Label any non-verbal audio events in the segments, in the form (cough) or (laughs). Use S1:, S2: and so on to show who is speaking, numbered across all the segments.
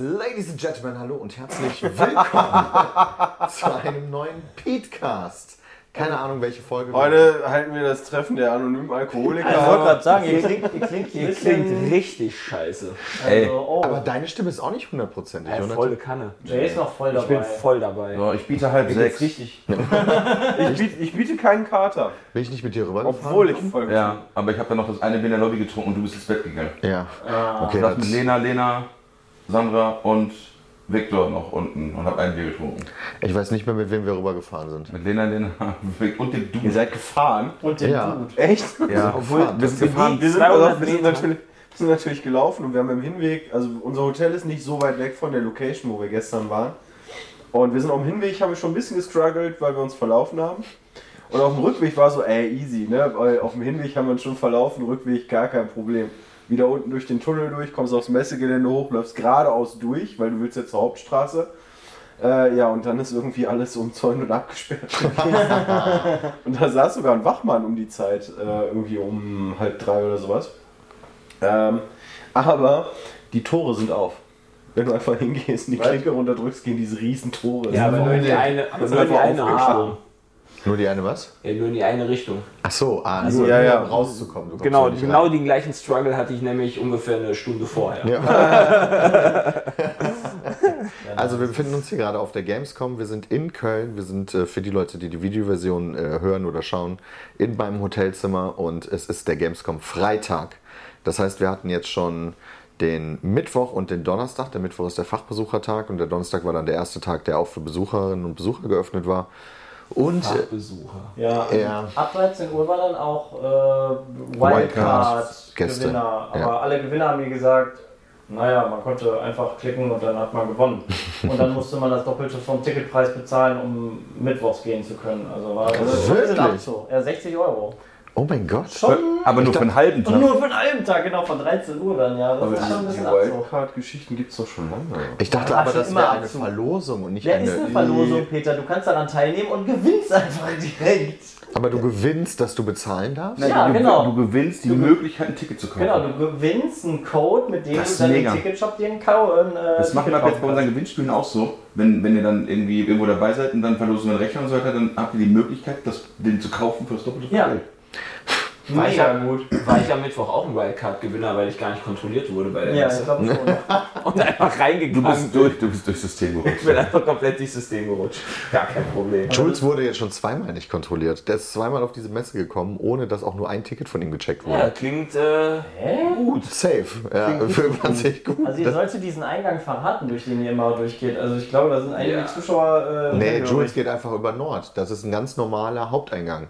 S1: Ladies and Gentlemen, hallo und herzlich
S2: (laughs)
S1: willkommen zu einem neuen Petecast. Keine Ahnung, welche Folge. wir-
S2: Heute halten wir das Treffen der anonymen
S3: Ich wollte
S2: Alkoholiker.
S3: gerade sagen, ihr klingt,
S4: Ihr
S3: ein bisschen-
S4: klingt richtig scheiße.
S3: Ey.
S4: Also, oh,
S1: Aber deine Stimme ist auch nicht hundertprozentig,
S3: Ja,
S1: oder?
S3: Äh, volle Kanne.
S4: Jay ist noch voll
S3: Ich
S4: dabei.
S3: bin voll dabei.
S5: So, ich biete halb
S3: Mir geht's
S5: sechs.
S3: richtig.
S2: Ich biete, ich biete keinen Kater,
S1: Bin ich nicht mit dir rübergefahren?
S2: obwohl ich voll
S5: Ja, aber ich habe dann noch das eine Bier in der Lobby getrunken und du bist ins Bett gegangen.
S1: Ja.
S2: Ah.
S1: Okay,
S5: Ich saß mit
S1: das,
S5: Lena, Lena, Sandra und Viktor noch unten und habe ein Bier getrunken.
S1: ich weiß nicht mehr, mit wem wir rübergefahren sind.
S5: Mit Lena, Lena (laughs) Vic- und dem Du.
S2: Ihr seid gefahren.
S4: Und den
S1: Ja.
S4: Dude.
S2: Echt?
S1: Ja,
S2: Obwohl, wir sind
S3: sind
S2: gefahren.
S3: die
S2: Wir sind, also,
S3: 200
S2: wir, sind
S3: Meter.
S2: natürlich, wir sind natürlich gelaufen und wir haben im Hinweg, also unser Hotel ist nicht so weit weg von der Location, wo wir gestern waren. Und wir sind auf dem Hinweg, haben wir schon ein bisschen gestruggelt, weil wir uns verlaufen haben. Und auf dem Rückweg war so, ey, easy, ne? Weil auf dem Hinweg haben wir uns schon verlaufen, Rückweg gar kein Problem. Wieder unten durch den Tunnel durch, kommst aufs Messegelände hoch, läufst geradeaus durch, weil du willst jetzt zur Hauptstraße. Äh, ja, und dann ist irgendwie alles umzäunt und (laughs) abgesperrt. und da saß sogar ein Wachmann um die Zeit, äh, irgendwie um halb drei oder sowas. Ähm, aber die Tore sind auf. Wenn du einfach hingehst und die Klinke runterdrückst, gehen diese riesen Tore.
S3: Ja, aber nur in die
S2: Ja.
S3: eine, aber
S2: Das
S3: nur in die
S2: einfach
S3: eine
S2: aufgeschlagen.
S3: Richtung.
S1: Nur die eine was?
S3: Ja, nur in die eine Richtung.
S1: Ach so, ah,
S2: Also,
S1: nur,
S2: ja,
S1: nur
S2: ja.
S1: um rauszukommen. Du kommst
S3: Genau,
S1: ja nicht
S3: genau
S1: rein.
S3: den gleichen Struggle hatte ich nämlich ungefähr eine Stunde vorher.
S1: Ja. also wir befinden uns hier gerade auf der Gamescom. Wir sind in Köln. Wir sind äh, für die Leute, die die Videoversion äh, hören oder schauen, in meinem Hotelzimmer und es ist der Gamescom Freitag. Das heißt, wir hatten jetzt schon den Mittwoch und den Donnerstag. Der Mittwoch ist der Fachbesuchertag und der Donnerstag war dann der erste Tag, der auch für Besucherinnen und Besucher geöffnet war. Und äh,
S3: Besucher.
S4: Ja.
S1: ja,
S4: Ab 13 Uhr war dann auch äh,
S1: Gäste.
S4: Wildcard-Gewinner. Aber
S1: Ja.
S4: alle Gewinner haben mir gesagt, naja, man konnte einfach klicken und dann hat man gewonnen. und dann musste man das Doppelte vom Ticketpreis bezahlen, um mittwochs gehen zu können. Also war das ist schon ein bisschen
S1: Wirklich?
S4: Abzug. Ja, 60 Euro.
S1: oh mein Gott.
S5: Aber nur für einen halben
S4: Und
S5: Tag.
S4: nur für einen halben Tag, genau, von 13 Uhr dann, ja. Das
S2: Aber
S4: ist schon ein
S2: die, die
S4: bisschen Abzug.
S2: Wildcard-Geschichten gibt es doch schon lange.
S1: Ich dachte
S4: Ach,
S1: aber,
S4: schon
S1: das
S4: immer
S1: wäre eine
S4: zu.
S1: Verlosung und nicht
S4: Der
S1: eine.
S4: ist eine Verlosung, Peter. Du kannst daran teilnehmen und gewinnst einfach (laughs) direkt.
S1: Aber du gewinnst, dass du bezahlen darfst?
S4: Ja,
S5: du,
S4: genau.
S5: Du gewinnst die Möglichkeit, ein Ticket zu kaufen.
S4: Genau, du gewinnst einen Code, mit dem
S5: Das
S4: du
S5: ist
S4: dann
S5: mega.
S4: im Ticketshop dir einen Kau. Einen, äh,
S5: Das machen wir ab
S4: Ticket
S5: jetzt bei unseren Gewinnspielen auch so. Wenn, wenn ihr dann irgendwie irgendwo dabei seid und dann verlosen wir einen Rechner und so weiter, dann habt ihr die Möglichkeit, das, den zu kaufen für das doppelte
S4: Ja.
S5: Geld.
S4: kaufen. Mega gut.
S3: War ich am Mittwoch auch ein Wildcard-Gewinner, weil ich gar nicht kontrolliert wurde bei der
S4: Ja, ich
S3: Messe.
S4: glaube
S5: (laughs)
S4: schon.
S3: Und einfach
S5: Du
S3: reingegangen.
S5: bist durch, du bist durchs System
S3: Ich
S5: gerutscht.
S3: bin einfach komplett durchs System gerutscht. Gar kein Problem.
S4: Ähm,
S1: Jules wurde jetzt schon zweimal nicht kontrolliert. Der ist zweimal auf diese Messe gekommen, ohne dass auch nur ein Ticket von ihm gecheckt
S3: Ja,
S1: wurde.
S3: klingt äh, gut.
S1: Safe. Ja, (laughs) für wahnsinnig gut.
S4: Also ihr solltet diesen Eingang verraten, durch den ihr immer durchgeht. Also ich glaube, da sind einige
S3: Ja.
S4: Zuschauer... Äh,
S1: nee,
S4: hellhörig.
S1: Jules geht einfach über Nord. Das ist ein ganz normaler Haupteingang.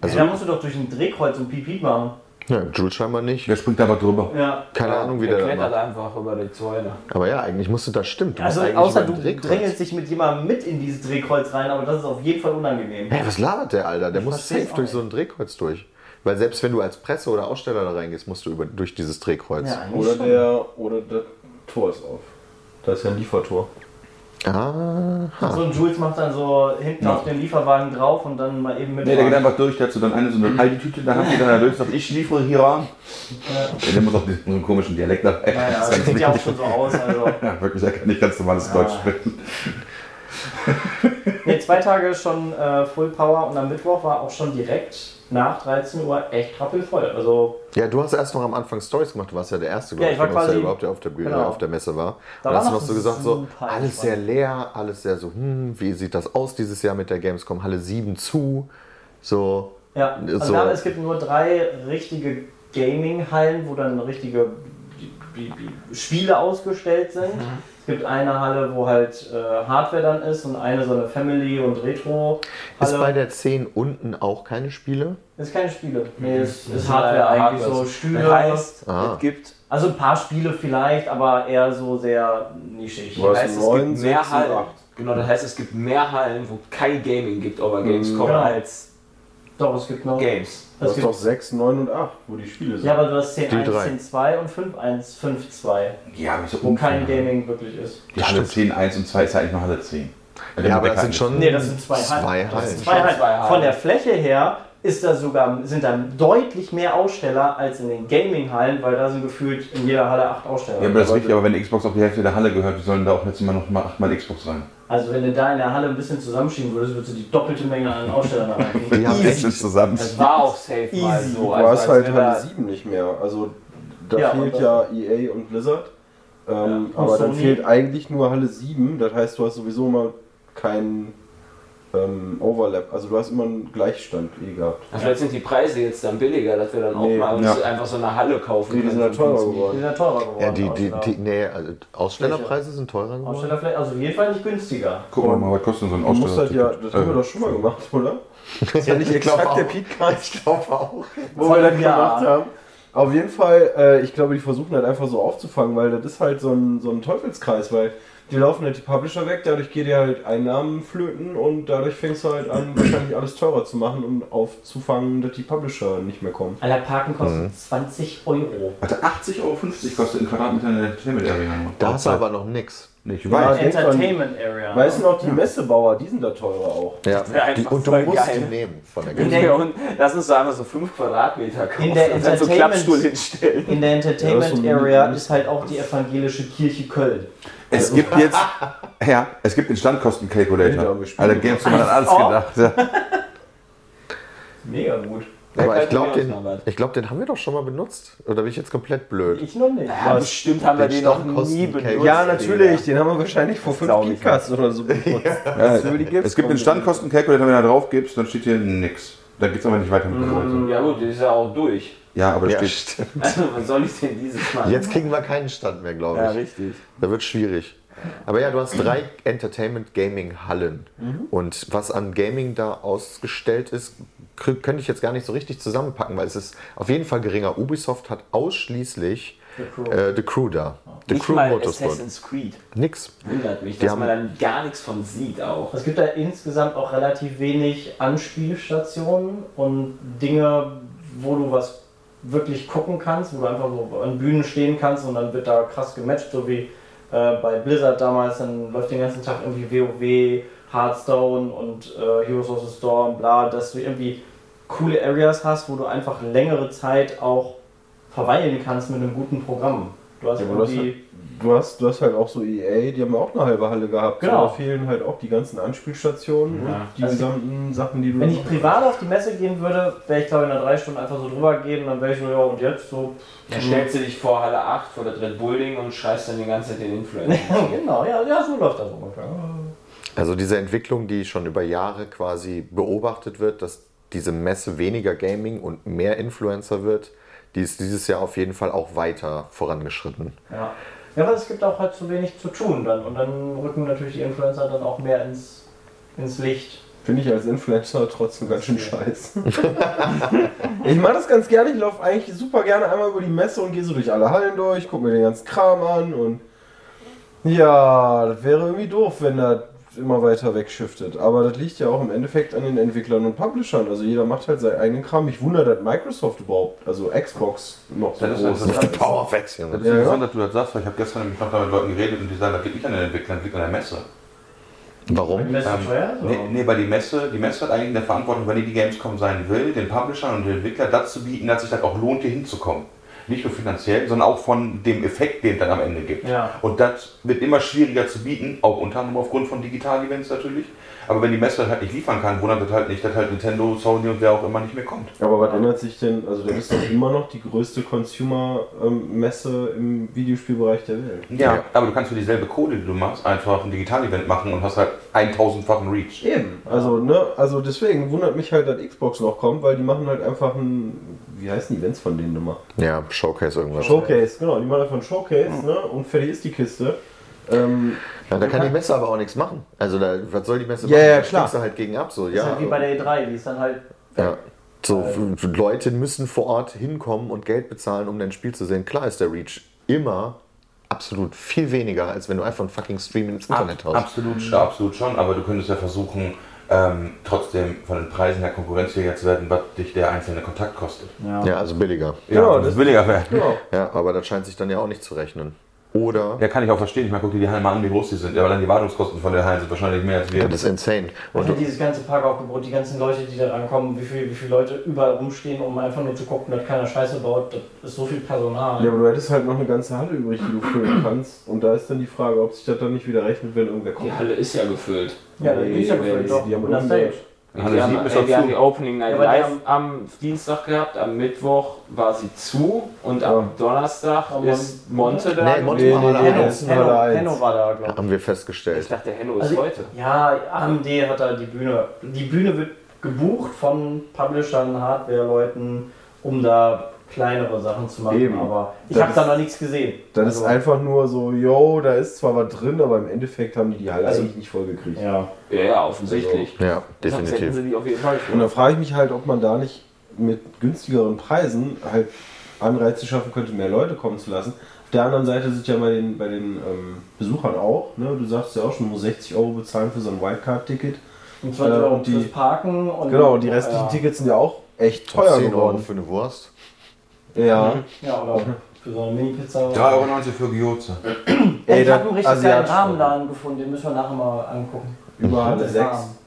S5: also-
S4: Ja, da musst du doch durch ein Drehkreuz und Piep Piep machen.
S1: Ja, Jules scheinbar nicht.
S5: Der springt aber drüber.
S4: Ja.
S1: Keine Ahnung, wie
S3: der
S1: der das
S3: klettert
S1: macht.
S3: einfach über die Zäune.
S1: Aber ja, eigentlich musst du das stimmt. Du
S4: Also
S1: musst eigentlich
S4: außer
S1: über
S4: du
S1: den Drehkreuz.
S4: drängelst dich mit jemandem mit in dieses Drehkreuz rein, aber das ist auf jeden Fall unangenehm.
S1: Hey, was labert der, Alter? Der muss
S4: versteh's
S1: safe
S4: auch
S1: durch
S4: nicht.
S1: so ein Drehkreuz durch. Weil selbst wenn du als Presse oder Aussteller da reingehst, musst du über, durch dieses Drehkreuz.
S4: Ja, eigentlich
S2: Oder
S4: schon.
S2: der, oder das Tor ist auf. Da ist ja ein Liefertor.
S1: Aha.
S4: So ein Jules macht dann so hinten
S5: Ja.
S4: auf den Lieferwagen drauf und dann mal eben mit.
S5: Nee, der geht einfach durch, der hat so dann eine so eine alte Tüte, da haben die dann da durch, sagt, ich liefere hier an. Der muss auch diesen so einen komischen Dialekt nach.
S4: ja,
S5: (laughs)
S4: ja, das sieht ja auch schon so aus. Also.
S5: Ja, wirklich, der kann nicht ganz normales Deutsch sprechen.
S4: Nee, zwei Tage schon äh, Full Power und am Mittwoch war auch schon direkt nach 13 Uhr echt rappelvoll. Also
S1: Ja, du hast erst noch am Anfang Stories gemacht, du warst ja der Erste, glaub
S4: Ja, ich war
S1: von uns, der
S4: quasi-
S1: überhaupt der auf der, Bühne,
S4: genau.
S1: auf der Messe war.
S4: Da
S1: und
S4: war
S1: hast du
S4: noch
S1: noch so gesagt, so,
S4: super
S1: alles
S4: entspannt.
S1: sehr leer, alles sehr so, hm, wie sieht das aus dieses Jahr mit der Gamescom? Halle 7 zu, so.
S4: ja,
S1: Ist
S4: also
S1: so.
S4: da, es gibt nur drei richtige Gaming-Hallen, wo dann richtige die, die, die Spiele ausgestellt sind.
S1: Mhm.
S4: Es gibt eine Halle, wo halt äh, Hardware dann ist und eine so eine Family- und
S1: Ist bei
S4: Retro-Halle.
S1: der 10 unten auch keine Spiele?
S4: Ist, keine Spiele. Nee, ist, ist
S3: ist
S4: Hardware
S3: leider
S4: eigentlich
S3: Hardware.
S4: so.
S3: Das
S4: Stühle.
S3: heißt,
S1: Ah.
S3: Es gibt,
S4: Also ein paar Spiele vielleicht, aber eher so sehr nischig.
S2: Du hast
S3: heißt, es
S2: neun,
S3: gibt
S2: sechs
S3: mehr
S2: und
S3: Hallen.
S2: acht.
S3: Genau, das heißt, es gibt mehr Hallen, wo kein Gaming gibt, aber Gamescom
S4: Genau.
S3: als
S4: Doch, es gibt noch.
S3: Games.
S2: Du
S4: Es
S2: hast
S4: gibt,
S2: doch 6, 9 und 8, wo die Spiele sind.
S4: ja, aber du hast
S1: Die
S4: 10.1,
S1: drei.
S4: 10.2 und 5.1, 5.2,
S5: Ja, aber so
S4: wo kein Gaming wirklich ist.
S5: Die Halle 10, 1 und 2 ist eigentlich nur Halle 10.
S1: Ja, aber das sind schon
S4: Nee, das sind zwei,
S1: zwei halt.
S4: Hallen. Das sind
S1: Hallen.
S4: zwei halt. Hallen.
S3: Zwei Hallen.
S4: Von der Fläche her ist da sogar, sind da deutlich mehr Aussteller als in den Gaming-Hallen, weil da sind gefühlt in jeder Halle acht Aussteller.
S5: Ja, aber das ist richtig, aber wenn die Xbox auf die Hälfte der Halle gehört, wir sollen da auch letztes Mal noch mal achtmal Xbox rein.
S4: Also wenn du da in der Halle ein bisschen zusammenschieben würdest, würdest du die doppelte Menge an Ausstellern erreichen.
S1: (laughs) Die haben echt,
S5: zusammen.
S3: Das war auch safe mal
S4: Easy.
S3: so. Also
S2: Du hast halt
S3: wenn wir-
S2: Halle 7 nicht mehr. Also da
S4: Ja,
S2: fehlt
S4: und
S2: ja EA und Blizzard. Ähm,
S4: Ja, und
S2: aber dann
S4: Sony.
S2: fehlt eigentlich nur Halle 7. Das heißt, du hast sowieso mal keinen ähm, Overlap. Also du hast immer einen Gleichstand eh gehabt.
S3: Ja, Also vielleicht sind die Preise jetzt dann billiger, dass wir dann auch
S2: Nee,
S3: mal uns
S5: ja.
S3: einfach so eine Halle kaufen
S2: Die sind ja
S3: können.
S2: teurer
S4: Die
S2: geworden.
S4: sind ja teurer geworden.
S1: ja, die, die,
S4: Aussteller.
S1: die, nee, also Ausstellerpreise sind teurer geworden.
S4: Aussteller vielleicht, also auf jeden Fall nicht günstiger.
S5: Gucken wir mal, was kostet so ein
S2: Du musst
S5: Aussteller?
S2: das ja, das haben wir doch schon mal gemacht, oder? Das ist ja nicht
S1: Ich glaub
S2: exakt der
S1: auch.
S2: Peak-Cast.
S1: Ich glaube auch.
S2: wo wir das
S4: einem Jahr.
S2: gemacht haben. Auf jeden Fall, äh, ich glaube, die versuchen halt einfach so aufzufangen, weil das ist halt so ein, so ein Teufelskreis, weil die laufen halt die Publisher weg, dadurch geht dir halt Einnahmen flöten und dadurch fängst du halt an, wahrscheinlich alles teurer zu machen, um aufzufangen, dass die Publisher nicht mehr kommen.
S4: Alter, Parken kostet
S1: Mhm.
S4: 20 Euro.
S5: Warte, 80,50 Euro kostet ein Quadratmeter in der Entertainment Area. nur.
S1: Da hast du aber noch nix.
S5: Nicht
S2: Ja,
S5: weit.
S2: denk dran.
S4: Entertainment Area.
S2: Weißt du noch, die Messebauer, die sind da teurer auch.
S1: Ja.
S3: einfach
S1: Die, und du
S3: voll
S1: musst
S3: geil.
S1: die nehmen von der
S3: In
S1: Gamescom.
S3: der, und lass uns da einfach so 5 Quadratmeter kaufen
S4: In der
S3: und dann so einen
S4: Entertainment-
S3: Klappstuhl hinstellen.
S4: In der
S2: Ja, das ist
S4: Entertainment
S2: so ein
S4: Area
S2: Mini-
S4: ist halt auch die evangelische Kirche Köln.
S5: Es gibt jetzt, ja, es gibt den
S2: Ja,
S5: Standkosten-Calculator.
S2: wir spielen.
S5: Alter, Games hat an alles
S4: Oh.
S5: gedacht. Ja.
S4: Mega gut.
S1: Aber ich glaube,
S3: Kalten
S1: den,
S4: halt.
S3: Ausnahme.
S1: ich glaub, den haben wir doch schon mal benutzt. Oder bin ich jetzt komplett blöd?
S4: Ich noch nicht.
S3: Ja, bestimmt haben wir
S1: Den
S3: den noch
S1: Standkosten-
S3: nie benutzt.
S1: Ja,
S2: den haben wir wahrscheinlich vor fünf
S3: Glaub ich
S2: Podcasts oder (laughs) so benutzt.
S5: Ja,
S2: für die Games
S5: es gibt den Standkosten-Calculator, wenn du da drauf gibst, dann steht hier nix. Da geht's aber nicht weiter mit der
S2: Mhm.
S5: Seite.
S3: Ja gut, der ist ja auch durch. (laughs)
S5: Ja, aber da
S1: Ja,
S5: steht.
S1: stimmt.
S3: Also was soll ich denn dieses Mal?
S1: Jetzt kriegen wir keinen Stand mehr, glaube ich.
S3: ja, richtig.
S1: Da wird schwierig. Aber ja, du hast drei Entertainment Gaming Hallen.
S3: Mhm.
S1: Und was an Gaming da ausgestellt ist, krie- könnte ich jetzt gar nicht so richtig zusammenpacken, weil es ist auf jeden Fall geringer. Ubisoft hat ausschließlich The Crew, äh, The Crew da. The
S3: Nicht
S1: Crew
S3: mal
S1: Motorsport.
S3: Assassin's Creed.
S1: Nix.
S3: Wundert mich,
S1: Die
S3: dass
S1: haben-
S3: man dann gar nichts von sieht auch.
S4: Es gibt da insgesamt auch relativ wenig Anspielstationen und Dinge, wo du was wirklich gucken kannst, wo du einfach so an Bühnen stehen kannst und dann wird da krass gematcht, so wie äh, bei Blizzard damals, dann läuft den ganzen Tag irgendwie WoW, Hearthstone und äh, Heroes of the Storm, bla, dass du irgendwie coole Areas hast, wo du einfach längere Zeit auch verweilen kannst mit einem guten Programm. Du hast
S2: Ja, aber du hast, halt,
S4: irgendwie,
S2: du, hast, du hast halt auch so EA, die haben auch eine halbe Halle gehabt.
S4: Genau.
S2: Da fehlen halt auch die ganzen Anspielstationen
S3: Ja.
S2: und die
S4: Also-
S2: gesamten Sachen, die du.
S4: wenn ich privat auf die Messe gehen würde, wäre ich glaube ich in drei Stunden einfach so drüber gehen, dann wäre ich so, ja und jetzt so,
S3: Da stellst du dich vor Halle 8, vor der Red Building und schreist dann die ganze Zeit den
S4: (laughs)
S3: Influencer.
S4: genau, ja, ja, so läuft das ungefähr.
S1: Also diese Entwicklung, die schon über Jahre quasi beobachtet wird, dass diese Messe weniger Gaming und mehr Influencer wird, die ist dieses Jahr auf jeden Fall auch weiter vorangeschritten.
S4: Ja. ja, aber es gibt auch halt zu wenig zu tun dann. Und dann rücken natürlich die Influencer dann auch mehr ins, ins Licht.
S2: Finde ich als Influencer trotzdem ganz schön scheiße. (laughs) ich mache das ganz gerne. Ich laufe eigentlich super gerne einmal über die Messe und gehe so durch alle Hallen durch, gucke mir den ganzen Kram an und. Ja, das wäre irgendwie doof, wenn er immer weiter wegschiftet. Aber das liegt ja auch im Endeffekt an den Entwicklern und Publishern. Also jeder macht halt seinen eigenen Kram. Ich wundere, dass Microsoft überhaupt, also Xbox, noch so
S5: Das ist halt
S2: groß
S5: alles-
S3: Also
S2: ist.
S1: Power of X, Junge.
S5: Das ist
S2: Ja,
S5: interessant, dass du das sagst, weil ich habe gestern nämlich noch da mit Leuten geredet und die sagen, das liegt nicht an den Entwicklern, das liegt an der Messe.
S1: Warum?
S4: Wenn das
S2: Ähm,
S4: so teuer ist,
S5: nee,
S4: oder?
S5: nee, weil die Messe, die Messe hat eigentlich in der Verantwortung, wenn die die Gamescom sein will, den Publishern und den Entwicklern das zu bieten, dass sich das auch lohnt, hier hinzukommen. Nicht nur finanziell, sondern auch von dem Effekt, den es dann am Ende gibt.
S4: Ja.
S5: Und das wird immer schwieriger zu bieten, auch unter anderem aufgrund von Digital-Events natürlich. Aber wenn die Messe das halt nicht liefern kann, wundert das halt nicht, dass halt Nintendo, Sony und wer auch immer nicht mehr kommt.
S2: Aber was ändert sich denn? Also, das ist doch immer noch die größte Consumer-Messe im Videospielbereich der Welt.
S5: Ja,
S1: Ja.
S5: aber du kannst für dieselbe Kohle, die du machst, einfach ein Digital-Event machen und hast halt 1000-fachen Reach.
S2: Eben. Also, ne, also deswegen wundert mich halt, dass Xbox noch kommt, weil die machen halt einfach ein. Wie heißen die Events von denen immer?
S1: Ja, Showcase irgendwas.
S2: Showcase, genau. Die machen einfach ein Showcase, ne? Und fertig ist die Kiste. Ähm,
S1: Ja, da kann die Messe aber auch nichts machen. Also da, was soll die Messe
S2: Ja,
S1: machen?
S2: ja,
S1: Da
S2: klar.
S1: schlägst du halt gegen ab. So,
S4: Das
S1: ja.
S4: ist halt wie bei der E3, die ist dann halt.
S1: ja. So, f- Leute müssen vor Ort hinkommen und Geld bezahlen, um dein Spiel zu sehen. Klar ist der Reach immer absolut viel weniger, als wenn du einfach einen fucking Stream ins Internet haust.
S5: Absolut, schon, absolut schon, aber du könntest ja versuchen, ähm, trotzdem von den Preisen her konkurrenzfähiger zu werden, was dich der einzelne Kontakt kostet.
S1: Ja, also billiger.
S5: Ja,
S2: Genau,
S5: das
S2: das-
S5: billiger werden.
S2: genau.
S1: Ja, aber das scheint sich dann ja auch nicht zu rechnen. Oder
S5: Ja, kann ich auch verstehen. Ich meine, guck dir die Hallen mal an, wie groß die sind. Aber dann die Wartungskosten von der Hallen sind wahrscheinlich mehr als wir.
S1: ja, das ist insane.
S4: Also
S1: Und
S4: dieses ganze Parkaufgebot, die ganzen Leute, die da rankommen, wie viele wie viel Leute überall rumstehen, um einfach nur zu gucken, dass keiner Scheiße baut, das ist so viel Personal.
S2: Ja, aber du hättest halt noch eine ganze Halle übrig, die du füllen kannst. Und da ist dann die Frage, ob sich das dann nicht wieder rechnet, wenn irgendwer kommt.
S3: Die Halle ist ja gefüllt.
S4: Ja, das
S2: Nee,
S4: ist ja
S2: nee,
S4: völlig
S2: die
S4: doch.
S2: haben
S4: Und das
S2: Umwelt.
S4: fällt.
S5: Halle
S3: wir haben,
S5: sieben ist
S3: ey,
S5: doch
S3: wir
S5: zu.
S3: haben die Opening Night
S4: Ja, aber die
S3: Live am Dienstag gehabt, am Mittwoch war sie zu und am Donnerstag
S4: Aber
S3: ist Monte da.
S1: Nee, Monte-
S2: Nee, nee,
S1: Halle
S2: nee,
S1: eins.
S2: das ist eine Halle
S4: Henno, Henno
S2: eins.
S4: war da, glaube
S1: haben wir
S3: ich
S1: festgestellt.
S3: dachte, Henno
S4: ich.
S3: ist
S4: Also,
S3: heute.
S4: Ja, AMD hat da die Bühne. Die Bühne wird gebucht von Publishern, Hardware-Leuten, um da kleinere Sachen zu machen.
S2: Eben.
S4: Aber ich
S2: Das
S4: habe da
S2: ist-
S4: noch nichts gesehen.
S2: Dann
S4: Also,
S2: ist einfach nur so, yo, da ist zwar was drin, aber im Endeffekt haben die die Halle
S4: Also-
S2: eigentlich nicht vollgekriegt.
S4: Ja.
S3: Ja, ja, offensichtlich.
S1: Ja,
S3: Sonst hätten
S1: definitiv.
S3: sie die auf jeden Fall
S2: Und
S3: schon.
S2: da frage ich mich halt, ob man da nicht mit günstigeren Preisen halt Anreize schaffen könnte, mehr Leute kommen zu lassen. Auf der anderen Seite sind ja bei den, bei den ähm, Besuchern auch, ne? du sagst ja auch schon, du musst 60 Euro bezahlen für so ein Wildcard-Ticket.
S4: Und 20
S2: Äh,
S4: Euro
S2: und die-
S4: fürs Parken. Und
S2: Genau, und die restlichen
S4: ja.
S2: Tickets sind ja auch echt teuer
S1: 10 Euro
S2: geworden.
S1: für eine Wurst.
S2: Ja.
S4: Ja, oder für so eine Mini-Pizza.
S5: 3,90 Euro für Gyoza.
S4: Ja, ich
S2: das-
S4: habe einen richtig geilen
S2: asiatisch-
S4: Rahmenladen gefunden, den müssen wir nachher mal angucken.
S2: Über Halle
S4: Der
S2: 6.
S4: Rahmen.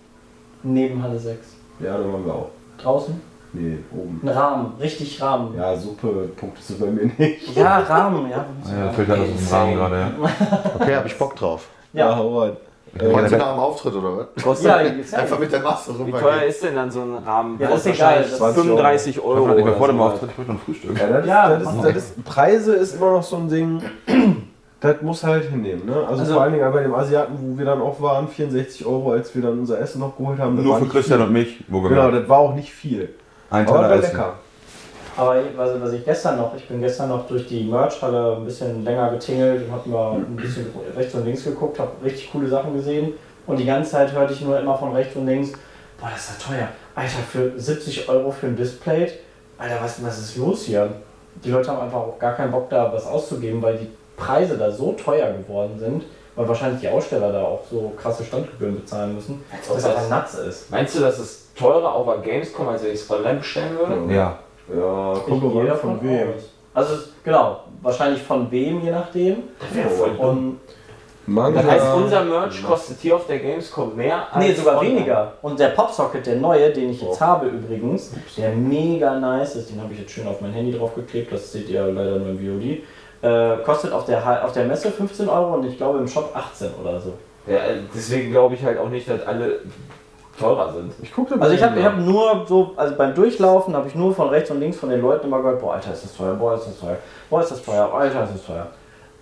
S4: Neben Halle 6.
S2: Ja, da waren wir auch.
S4: Draußen?
S2: Nee, oben.
S4: Ein Rahmen, richtig Rahmen.
S2: Ja, Suppe punktest du bei mir nicht.
S4: Ja, Rahmen, ja.
S5: Ja, fällt halt aus dem Rahmen gerade. Ja.
S1: Okay, habe ich Bock drauf.
S4: Ja.
S2: hau rein.
S1: Kannst du
S2: Äh,
S1: da am Auftritt oder was?
S4: Ja, ist ja
S1: Einfach mit der Masse
S3: Wie teuer
S1: rübergehen.
S3: ist denn dann so ein Rahmen?
S4: Ja,
S3: Kostet
S4: ist egal,
S3: wahrscheinlich
S4: das-
S3: 35
S5: Ich
S3: Euro.
S5: hoffe, dass ich mir
S3: oder
S5: vor dem
S3: sowas.
S5: Auftritt heute ein Frühstück.
S2: Ja, das ist,
S4: Ja,
S2: das ist, das ist, Preise ist immer noch so ein Ding, (clears throat) das muss halt hinnehmen. Ne? Also,
S4: Also-
S2: vor allen Dingen bei dem Asiaten, wo wir dann auch waren, 64 Euro, als wir dann unser Essen noch geholt haben. das
S5: Nur
S2: war
S5: für
S2: nicht
S5: Christian
S2: viel.
S5: und mich. Wo
S2: Genau,
S5: genau.
S2: das war auch nicht viel.
S5: Ein
S2: Aber das
S5: Teller
S2: war
S5: essen.
S2: lecker.
S4: Aber ich- was, was ich gestern noch, ich bin gestern noch durch die Merch-Halle ein bisschen länger getingelt und hab mal ein bisschen rechts und links geguckt, hab richtig coole Sachen gesehen und die ganze Zeit hörte ich nur immer von rechts und links, boah, das ist ja teuer. Alter, für 70 Euro für ein Display, Alter, was, was ist los hier? Die Leute haben einfach auch gar keinen Bock da was auszugeben, weil die Preise da so teuer geworden sind, weil wahrscheinlich die Aussteller da auch so krasse Standgebühren bezahlen müssen, dass das einfach nuts ist.
S3: Meinst du, das ist teurer auf der Gamescom, also als wenn ich es online bestellen würde?
S5: Ja.
S2: Ja,
S4: Ich
S2: kommt doch
S4: gehe
S2: an,
S4: davon
S2: von wem.
S4: aus. Also es- genau, wahrscheinlich von wem, je nachdem.
S3: Das wäre voll dumm.
S4: Und,
S2: Manga.
S3: Das heißt, unser Merch kostet hier auf der Gamescom mehr als
S4: nee, sogar
S3: online.
S4: weniger. Und der Popsocket, der neue, den ich
S2: Oh.
S4: jetzt habe übrigens, der mega nice ist, den habe ich jetzt schön auf mein Handy draufgeklebt, das seht ihr leider nur im VOD, äh, kostet auf der, Ha- auf der Messe 15 Euro und ich glaube im Shop 18 oder so.
S3: Ja, deswegen glaube ich halt auch nicht, dass alle teurer sind.
S2: Ich guck da
S4: Also ich
S2: mal
S4: habe ich hab nur so, also beim Durchlaufen habe ich nur von rechts und links von den Leuten immer gehört, boah, Alter, ist das teuer, boah, ist das teuer, boah, ist das teuer, Alter, ist das teuer.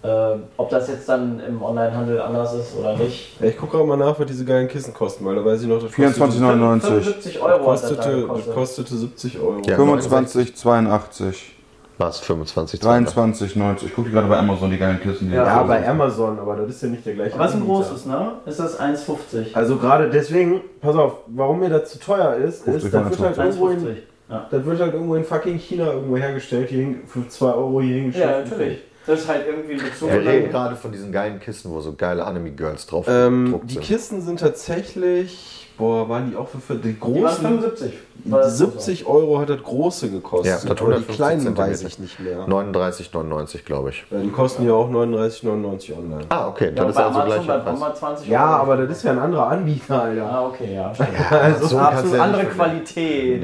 S4: Äh, ob das jetzt dann im Onlinehandel anders ist oder nicht.
S2: Ja, ich guck gerade mal nach, was diese geilen Kissen kosten, weil da weiß ich noch, das
S5: 24,99.
S4: 75 Euro hat das da
S2: kostete, das
S4: gekostet.
S2: kostete 70 Euro.
S1: Ja.
S5: 25, 82,
S1: Was? 25,
S5: 23, 90. Ich gucke gerade bei Amazon die geilen Kissen. Die
S4: Ja,
S5: da
S2: Ja,
S5: sind.
S2: bei Amazon, aber das ist ja nicht der gleiche.
S4: Was ein
S2: Anbieter.
S4: großes, ne? Ist das 1,50?
S2: Also gerade deswegen, pass auf, warum mir das zu teuer ist, ist, das wird, halt irgendwo in,
S4: 1,50. Ja.
S2: das wird halt irgendwo in fucking China irgendwo hergestellt, hier hin, für 2 Euro hier hingestellt.
S4: ja, natürlich. Das ist halt irgendwie bezogen.
S1: Wir reden gerade von diesen geilen Kissen, wo so geile Anime-Girls drauf
S2: Ähm,
S1: gedruckt
S2: die
S1: sind.
S2: Kissen sind tatsächlich, boah, waren die auch für, für die
S4: Die
S1: ne?
S4: waren
S2: großen?
S4: 75. War das so?
S2: 70 Euro hat das große gekostet.
S1: Ja, das
S2: aber die
S1: 150
S2: kleinen
S1: Zentimeter.
S2: weiß ich nicht mehr.
S1: 39,99 glaube ich.
S2: Weil Die kosten ja auch 39,99 online.
S1: Ah, okay,
S4: Ja,
S1: dann
S4: das
S1: ist
S4: bei
S1: also
S4: Amazon
S1: gleich der
S4: bleibt auch
S1: Preis.
S4: mal 20
S2: Ja,
S4: Euro.
S2: aber das ist ja ein anderer Anbieter, Alter.
S4: Ah, okay, ja. stimmt.
S2: Also,
S1: kannst du
S4: Absolut
S1: ja nicht
S4: andere
S1: vergleichen.
S4: Qualität.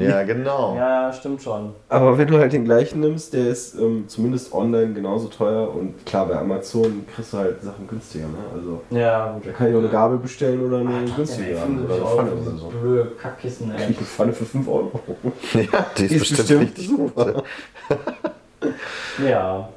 S1: (laughs) Ja, genau.
S4: Ja, stimmt schon.
S2: aber wenn du halt den gleichen nimmst, der ist ähm, zumindest online genauso teuer und klar, bei Amazon kriegst du halt Sachen günstiger, ne? Also.
S4: Ja, gut.
S2: Da kann ich auch eine Gabel bestellen oder
S4: Ah,
S2: eine
S4: trotzdem, ey,
S2: günstige haben,
S4: 75
S2: oder eine
S4: Euro
S2: Pfanne
S4: für
S2: oder
S4: dieses
S2: so.
S4: blöde Kackkissen, ey.
S2: Eine Pfanne für 5 Euro.
S1: Ja, die ist,
S2: Die ist
S1: bestimmt,
S2: bestimmt
S1: richtig gut.
S4: Ja.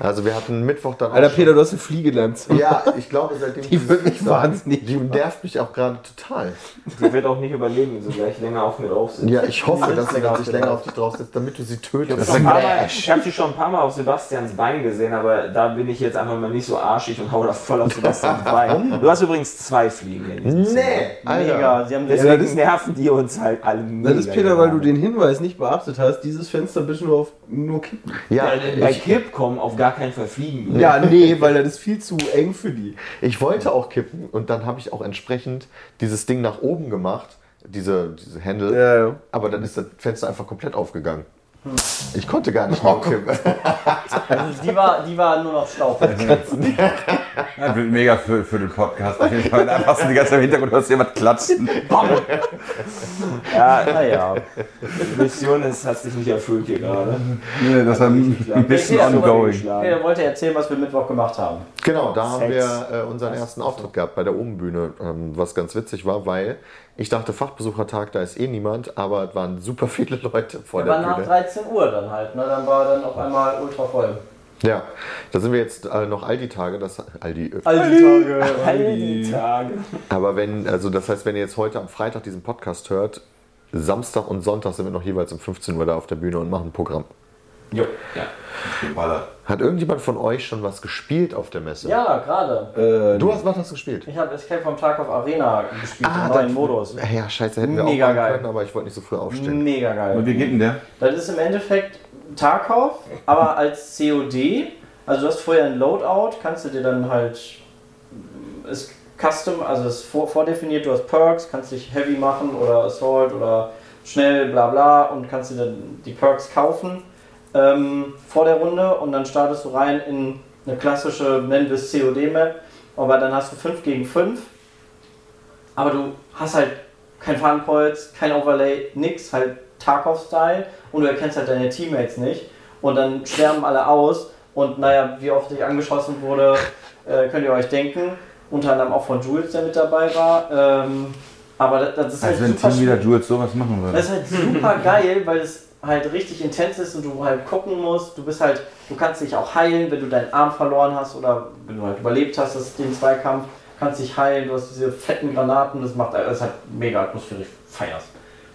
S1: Also wir hatten Mittwoch dann auch
S2: Alter
S1: schon-
S2: Peter, du hast eine Fliege in deinem Zimmer.
S1: Ja, ich glaube, seitdem
S2: (laughs) Die wird mich wahnsinnig.
S1: Die nervt mich auch gerade total.
S3: Die wird auch nicht überleben, wenn sie gleich länger auf mir drauf sind.
S1: Ja, ich hoffe, dass sie
S3: länger
S1: sich
S3: auf
S1: länger
S3: den
S1: auf dich draufsetzt, damit du sie
S3: Ich
S1: tötest.
S3: habe sie schon ein paar Mal auf Sebastians Bein gesehen, aber da bin ich jetzt einfach mal nicht so arschig und hau da voll auf Sebastians Bein. Du hast übrigens zwei Fliegen in diesem Zimmer.
S1: Nee, Alter.
S4: Mega. Sie haben
S3: Deswegen
S2: Ja, das ist-
S3: nerven die uns halt alle mega.
S2: Das ist Peter, weil du den Hinweis nicht beachtet hast. Dieses Fenster bist du nur auf nur kippen.
S1: Ja,
S3: Ja, bei
S1: ich,
S3: Kipp kommen auf gar keinen Fall Fliegen.
S2: Ja, nee, weil das ist viel zu eng für die.
S1: ich wollte auch kippen und dann habe ich auch entsprechend dieses Ding nach oben gemacht, diese, diese Handle,
S2: Ja, ja.
S1: aber dann ist das Fenster einfach komplett aufgegangen. Ich konnte gar nicht mehr kippen.
S2: (laughs)
S1: (laughs)
S4: Also die war, die war nur noch Staub.
S5: Das wird mega für, für den Podcast. Auf jeden Fall. Da hast du die ganze Zeit im Hintergrund, hörst du jemand klatschen.
S3: Ja,
S4: Naja.
S3: Mission ist, hat sich nicht erfüllt hier gerade.
S5: Nee, das war ein bisschen
S4: Ja, ja, aber
S5: ongoing.
S4: Okay, er wollte erzählen, was wir Mittwoch gemacht haben.
S1: Genau, da haben
S3: Sex.
S1: wir äh, unseren ersten Auftritt gehabt bei der Obenbühne, ähm, was ganz witzig war, weil ich dachte, Fachbesuchertag, da ist eh niemand, aber es waren super (laughs) viele Leute vor
S4: Wir waren
S1: der
S4: nach
S1: Bühne.
S4: 13 Uhr dann halt, ne? Dann war dann auf einmal ultra voll.
S1: Ja, da sind wir jetzt äh, noch all die Tage, das all die,
S4: All die Tage.
S3: All die Tage.
S1: aber wenn, also das heißt, wenn ihr jetzt heute am Freitag diesen Podcast hört, Samstag und Sonntag sind wir noch jeweils um 15 Uhr da auf der Bühne und machen Programm.
S3: Jo, ja.
S5: Baller.
S1: Hat irgendjemand von euch schon was gespielt auf der Messe?
S4: Ja, gerade.
S1: Du hast was hast du gespielt?
S4: Ich habe Escape from Tarkov Arena gespielt, im
S1: Ah, das-
S4: neuen Modus.
S1: Ja, scheiße, hätten wir
S4: Mega
S1: auch machen
S4: geil. Mm,
S1: können, aber ich wollte nicht so früh aufstehen.
S4: Mega geil.
S5: Und wie geht denn der?
S4: Das ist im Endeffekt Tarkov, aber als COD. Also du hast vorher ein Loadout, kannst du dir dann halt ist custom, also ist vor, vordefiniert, du hast Perks, kannst dich heavy machen oder Assault oder schnell, bla bla und kannst dir dann die Perks kaufen ähm, vor der Runde und dann startest du rein in eine klassische nennen wir es COD-Map, aber dann hast du 5 gegen 5, aber du hast halt kein Fadenkreuz, kein Overlay, nix, halt Tarkov-Style und du erkennst halt deine Teammates nicht und dann sterben alle aus und naja, wie oft ich angeschossen wurde, äh, könnt ihr euch denken, unter anderem auch von Jules, der mit dabei war, ähm, aber das, das ist halt
S5: Als Also wenn
S4: super
S5: Team
S4: schwierig.
S5: wieder Jules sowas machen würde.
S4: Das ist halt super geil, weil es halt richtig intens ist und du halt gucken musst. Du bist halt, du kannst dich auch heilen, wenn du deinen Arm verloren hast oder wenn du halt überlebt hast, das, den Zweikampf, kannst dich heilen. Du hast diese fetten Granaten, das macht, das hat mega atmosphärisch. Feierst.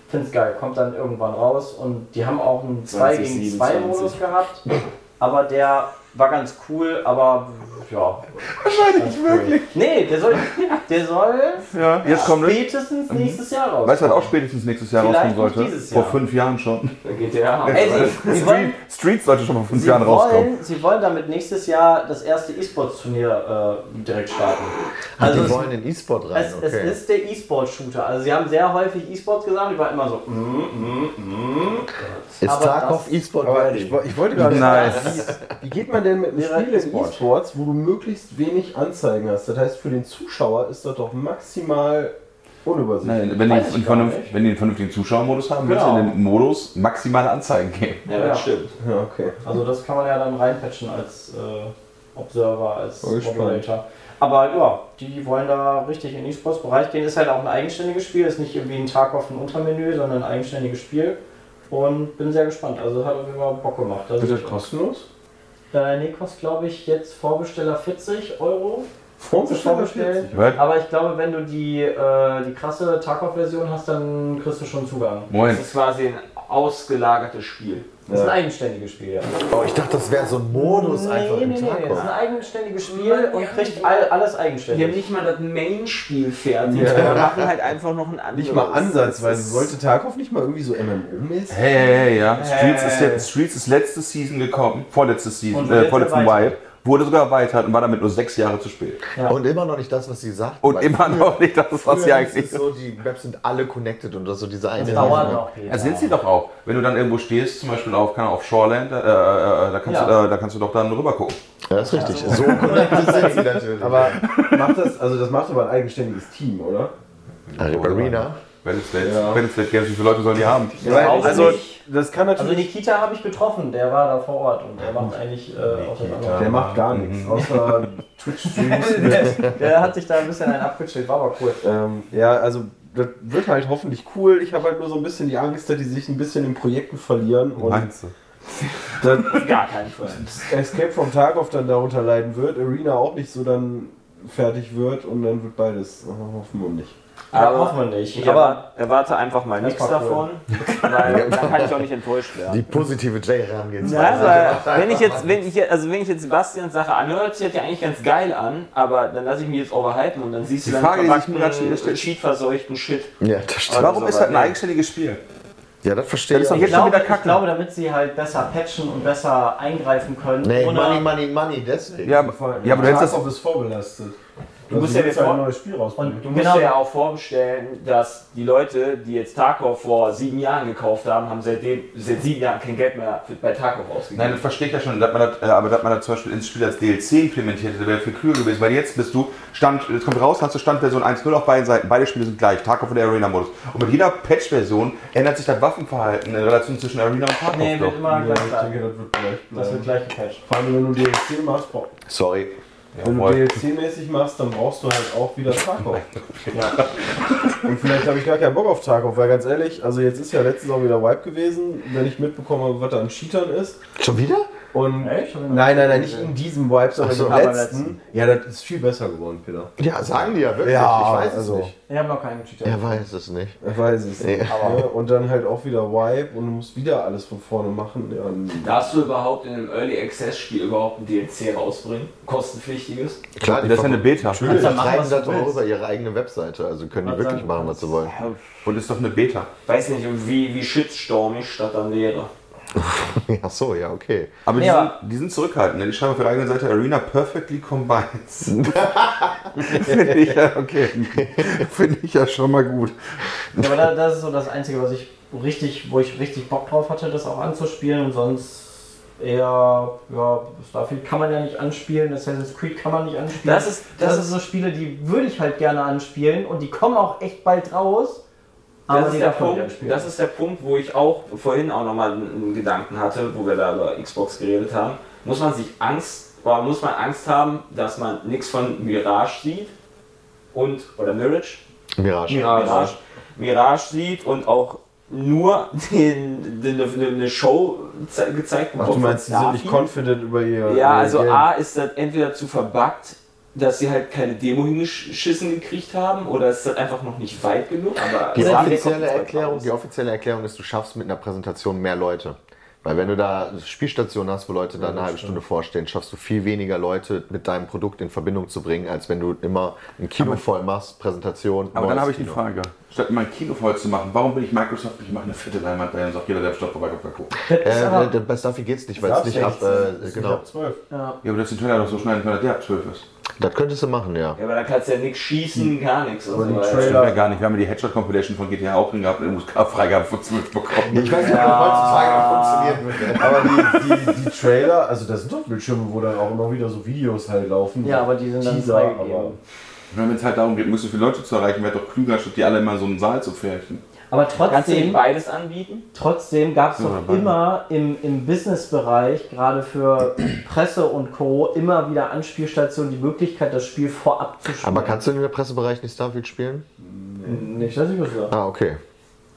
S4: Find's geil, kommt dann irgendwann raus und die haben auch einen 2 gegen 2 Modus
S3: 20,
S4: gehabt, aber der war ganz cool, aber ja.
S5: wahrscheinlich wirklich.
S4: Nee, der soll, der soll
S5: Ja, jetzt kommt es.
S4: spätestens nächstes Jahr raus.
S5: Weißt du, was auch spätestens nächstes Jahr
S4: Vielleicht
S5: rauskommen
S4: nicht
S5: sollte?
S4: dieses Jahr.
S5: Vor fünf Jahren schon.
S3: Dann geht der ab.
S4: Ey, sie, sie wollen,
S5: (laughs) Street, Streets sollte schon vor fünf
S4: Sie
S5: Jahren rauskommen.
S4: wollen, sie wollen damit nächstes Jahr das erste E-Sports-Turnier äh, direkt starten. Also
S1: Also die
S4: es,
S1: wollen in E-Sport rein,
S4: es,
S1: okay.
S4: es ist der E-Sport-Shooter. Also sie haben sehr häufig E-Sports gesagt. Ich war immer so, mm, mm, mm.
S1: Ist
S4: Aber
S1: Tarkov
S4: das-
S1: E-Sport
S2: Aber
S1: ready?
S2: ich, wo- ich wollte gerade
S5: Nice.
S2: sagen, wie, wie geht man denn mit einem
S4: Wäre
S2: Spiel im
S4: E-Sport.
S2: E-Sports, wo du möglichst wenig Anzeigen hast? Das heißt, für den Zuschauer ist das doch maximal unübersichtlich.
S5: Nein, wenn, die
S4: Weiß ich
S5: einen
S4: gar
S5: vernünft-
S4: nicht.
S5: wenn die einen vernünftigen Zuschauermodus haben, willst du
S4: Genau.
S5: in den Modus maximale Anzeigen geben.
S3: Ja, das stimmt.
S2: Ja, okay.
S4: Also das kann man ja dann reinpatchen als äh, Observer, als
S1: Oh,
S2: Voll spannend.
S4: Moderator. Aber ja, die wollen da richtig in den E-Sports-Bereich gehen. Ist halt auch ein eigenständiges Spiel. Ist nicht irgendwie ein Tag auf ein Untermenü, sondern ein eigenständiges Spiel. Und bin sehr gespannt. Also hat auf jeden Fall Bock gemacht. Also
S2: Wird das
S4: ich-
S2: kostenlos?
S4: Äh, nee, kostet glaube ich jetzt Vorbesteller 40 Euro.
S2: Vorbestellt?
S4: Vorbestellt.
S5: Was?
S4: Aber ich glaube, wenn du die, äh, die krasse Tarkov-Version hast, dann kriegst du schon Zugang.
S3: Das
S5: Moment.
S3: ist quasi ein ausgelagertes Spiel.
S4: Das ist ein eigenständiges Spiel, ja.
S1: oh, ich dachte, das wäre so ein Modus einfach im
S4: Das ist
S1: Tarkov.
S4: ein eigenständiges Spiel
S3: Mann,
S4: und
S3: ja,
S4: kriegt
S3: die-
S4: all, alles
S3: Die haben
S4: eigenständig.
S3: nicht mal das Main-Spiel fertig, sondern machen halt einfach noch ein anderes.
S2: Nicht mal ansatzweise.
S3: Das ist-
S2: Sollte Tarkov nicht mal irgendwie so MMO-mäßig?
S5: Hey, hey, hey, ja. Streets, Ist jetzt, Streets ist letzte Season gekommen, vorletzte Season,
S4: Und wird
S5: äh,
S4: jetzt
S5: vorletzten
S4: erweitert.
S5: Vibe, wurde sogar erweitert und war damit nur sechs Jahre zu spät.
S1: Und immer noch nicht das, was sie sagt.
S5: Und immer noch nicht das, was sie
S1: ist
S5: eigentlich
S1: es so, die Maps sind alle connected und das ist so diese eine.
S4: Das dauert
S1: Sache.
S4: noch. Peter.
S5: Ja, sind sie doch auch. Wenn du dann irgendwo stehst, zum Beispiel auf, keine Ahnung, auf Shoreland, äh, äh, äh, da, kannst
S4: Ja.
S5: du, äh, da kannst du doch dann rüber gucken.
S1: Ja, das ist richtig. So connected sind sie natürlich.
S2: Aber macht das, also das macht aber ein eigenständiges Team, oder?
S1: Arena.
S5: Battlestate,
S2: Ja.
S5: Battlestate Games, wie viele Leute sollen die haben?
S4: brauchst du
S2: also,
S4: nicht.
S2: das kann
S4: Also
S2: natürlich.
S4: Nikita habe ich getroffen, der war da vor Ort und der macht eigentlich äh, auch das andere.
S2: der macht gar nichts,
S4: Mhm.
S2: außer
S4: (laughs)
S2: Twitch-Streams.
S4: Der, (laughs) der hat sich da ein bisschen einen abgechillt, war aber cool.
S2: ähm, ja, also das wird halt hoffentlich cool. Ich habe halt nur so ein bisschen die Angst, dass die sich ein bisschen in Projekten verlieren und
S5: Meinst du?
S2: dass
S3: Gar kein Fall.
S2: Escape from Tarkov dann darunter leiden wird, Arena auch nicht so dann fertig wird und dann wird beides. Oh, hoffen wir nicht.
S4: Aber
S3: Aber-
S4: Äh, hoffen wir nicht.
S3: Ich
S4: Aber
S3: erwarte, erwarte einfach mal
S4: Das
S3: nichts
S4: war
S3: davon,
S4: cool.
S3: weil dann kann ich auch nicht enttäuscht werden.
S1: Die positive J-Herangehensweise.
S3: Ja, aber wenn ich jetzt, wenn ich jetzt, also wenn ich jetzt Sebastians Sache anhöre, hört sich das ja eigentlich ganz geil an, aber dann lasse ich mich jetzt overhypen und dann siehst du
S5: Die
S3: dann
S5: Frage, die sich mir gerade schon
S3: verpackten,
S5: gestellt-
S3: cheatverseuchten Shit.
S1: ja, das stimmt.
S5: Warum ist das ein
S3: Nee.
S5: eigenständiges Spiel?
S1: Ja, das verstehe
S5: Das
S1: ich.
S5: ist doch
S1: auch.
S5: jetzt-
S4: ich glaube,
S5: wieder
S4: ich
S5: kacken.
S4: glaube, damit sie halt besser patchen und besser eingreifen können,
S1: Nee,
S4: ohne
S1: Money, Money, Money, deswegen.
S5: Ja, aber- ja aber du hättest das.
S2: ist vorbelastet. Also
S3: Du musst ja dir
S2: ein
S3: vor
S2: neues Spiel rausbringen.
S4: Und
S3: du musst
S4: genau,
S3: dir ja auch vorstellen, dass die Leute, die jetzt Tarkov vor sieben Jahren gekauft haben, haben seitdem seit sieben Jahren kein Geld mehr für, bei Tarkov ausgegeben.
S5: Nein, das verstehe ich ja schon, dass man das, äh, aber dass man das zum Beispiel ins Spiel als DLC implementiert hätte, wäre viel klüger gewesen, weil jetzt bist du, Stand, jetzt kommt raus, hast du Standversion 1.0 auf beiden Seiten, beide Spiele sind gleich, Tarkov und der Arena-Modus. Und mit jeder Patch-Version ändert sich das Waffenverhalten in Relation zwischen Arena und Tarkov.
S3: nee,
S5: doch.
S3: wird immer
S2: ja,
S3: gleich
S2: ich
S3: sein.
S2: denke, das wird gleich
S4: das
S2: bleiben.
S4: wird gleich gecatcht.
S2: Vor allem, wenn du DLC machst, brauch-
S1: Sorry.
S2: wenn du
S5: Jawohl.
S2: DLC-mäßig machst, dann brauchst du halt auch wieder (laughs) Tarkov. Und vielleicht habe ich gar keinen Bock auf Tarkov, weil ganz ehrlich, also jetzt ist ja letztens auch wieder Wipe gewesen, wenn ich mitbekommen habe, was da an Cheatern ist.
S1: Schon wieder?
S2: Und
S4: Echt? Hab ich noch
S2: nein, nein, nein,
S4: nicht
S2: nicht in diesem Vibe, sondern
S1: so,
S2: im
S1: aber
S2: letzten. Ja, das ist viel besser geworden, Peter.
S1: Ja, sagen die ja wirklich.
S2: Ja,
S1: ich weiß
S2: also.
S1: es nicht.
S4: Ich habe noch keinen Cheater.
S1: Er weiß es nicht.
S2: Ich weiß es.
S1: Ja.
S2: Ja, und dann halt auch wieder Vibe und du musst wieder alles von vorne machen. Ja, und-
S3: Darfst du überhaupt in einem Early Access Spiel überhaupt ein DLC rausbringen? Kostenpflichtiges?
S1: Klar, die
S5: Ah, Das Also ist ja eine Beta.
S1: Natürlich.
S4: Kannst du machen,
S1: Schreiben
S4: was du
S1: das doch auch
S4: willst.
S1: über ihre eigene Webseite. Also können die
S4: Was
S1: wirklich
S4: sagen
S1: machen, was sie wollen.
S5: Und ist doch eine Beta.
S3: Weiß nicht, wie, wie shitstormig das dann wäre.
S1: Ach so, (laughs) ja, okay.
S5: Aber die,
S4: Ja,
S5: sind, die sind zurückhaltend, denn die schreiben auf ihrer eigenen Seite Arena perfectly combines. (laughs) Finde ich ja, okay. (laughs) Finde ich ja schon mal gut.
S4: Ja, aber da, das ist so das Einzige, was ich richtig, wo ich richtig Bock drauf hatte, das auch anzuspielen. Und sonst eher, ja, Starfield kann man ja nicht anspielen, Assassin's Creed kann man nicht anspielen.
S3: Das ist- das
S4: das, sind so Spiele, die würde ich halt gerne anspielen und die kommen auch echt bald raus. Aber
S3: Das ist,
S4: die
S3: der
S4: darf man nicht
S3: Punkt,
S4: anspielen.
S3: das ist der Punkt, wo ich auch vorhin auch nochmal einen Gedanken hatte, wo wir da über Xbox geredet haben. Muss man sich Angst, oder muss man Angst haben, dass man nichts von Mirage sieht und oder Mirage,
S1: Mirage.
S3: Mirage, Mirage sieht und auch nur (laughs) den, den, den, eine Show ze- gezeigt
S2: Ach, du meinst, die sind nicht Äh,
S3: Starfield?
S2: confident über ihr. ihr
S3: Ja, also
S2: Game.
S3: A ist das entweder zu verbuggt, dass sie halt keine Demo hingeschissen gekriegt haben, oder ist das einfach noch nicht weit genug. Aber
S5: Also,
S1: Die
S3: Starfield
S1: offizielle,
S3: kommt bald
S1: Erklärung,
S3: raus.
S1: die offizielle Erklärung ist, du schaffst mit einer Präsentation mehr Leute. Weil wenn du da Spielstationen hast, wo Leute da eine halbe Stunde vorstehen, schaffst du viel weniger Leute mit deinem Produkt in Verbindung zu bringen, als wenn du immer ein Kino voll machst, Präsentation.
S5: Aber dann
S1: neues
S5: habe ich die
S1: Kino.
S5: Frage. Statt mein Kino voll zu machen, warum will ich Microsoft nicht machen, eine fette Leinwand dahin und sagt, jeder, der am Stopp vorbeikommt, kann gucken.
S4: Ist
S1: Äh,
S4: aber-
S1: äh, bei Starfield geht's nicht, weil es
S2: Darfst
S1: nicht
S2: du
S1: ab.
S2: nicht.
S1: Äh,
S2: Ist nicht
S1: genau.
S2: ab 12.
S4: ja.
S5: Ja, aber das ist den Trailer doch so schnell, entfernt, dass der ab 12 ist.
S1: Das könntest du machen, ja.
S3: Ja, aber da kannst du ja nichts schießen, gar nichts. und
S2: Aber
S3: so
S2: die
S3: weiter.
S5: Stimmt
S2: Trailer-
S5: ja gar nicht. Wir haben ja die Headshot Compilation von GTA auch drin gehabt und USK-Freigabe von 12 bekommen.
S1: Ich weiß nicht, ob heutzutage noch funktionieren würde.
S2: Aber die, die, die Trailer, also das sind doch Bildschirme, wo dann auch immer wieder so Videos halt laufen.
S4: ja, aber die sind dann
S2: Teaser,
S4: freigegeben.
S2: aber-
S4: Aber,
S5: Wenn es halt darum geht, müssen viele Leute zu erreichen, wäre doch klüger, statt die alle immer in so einen Saal zu färchen.
S3: Kannst du eben
S4: trotzdem,
S3: beides anbieten?
S4: trotzdem gab es
S5: Ja,
S4: doch
S5: beide.
S4: immer im, im Businessbereich, gerade für Presse und Co., immer wieder Anspielstationen die Möglichkeit, das Spiel vorab zu spielen. Hm,
S1: Aber kannst du in der Pressebereich nicht Starfield spielen?
S4: Nicht, dass ich was sage.
S1: Ah, okay.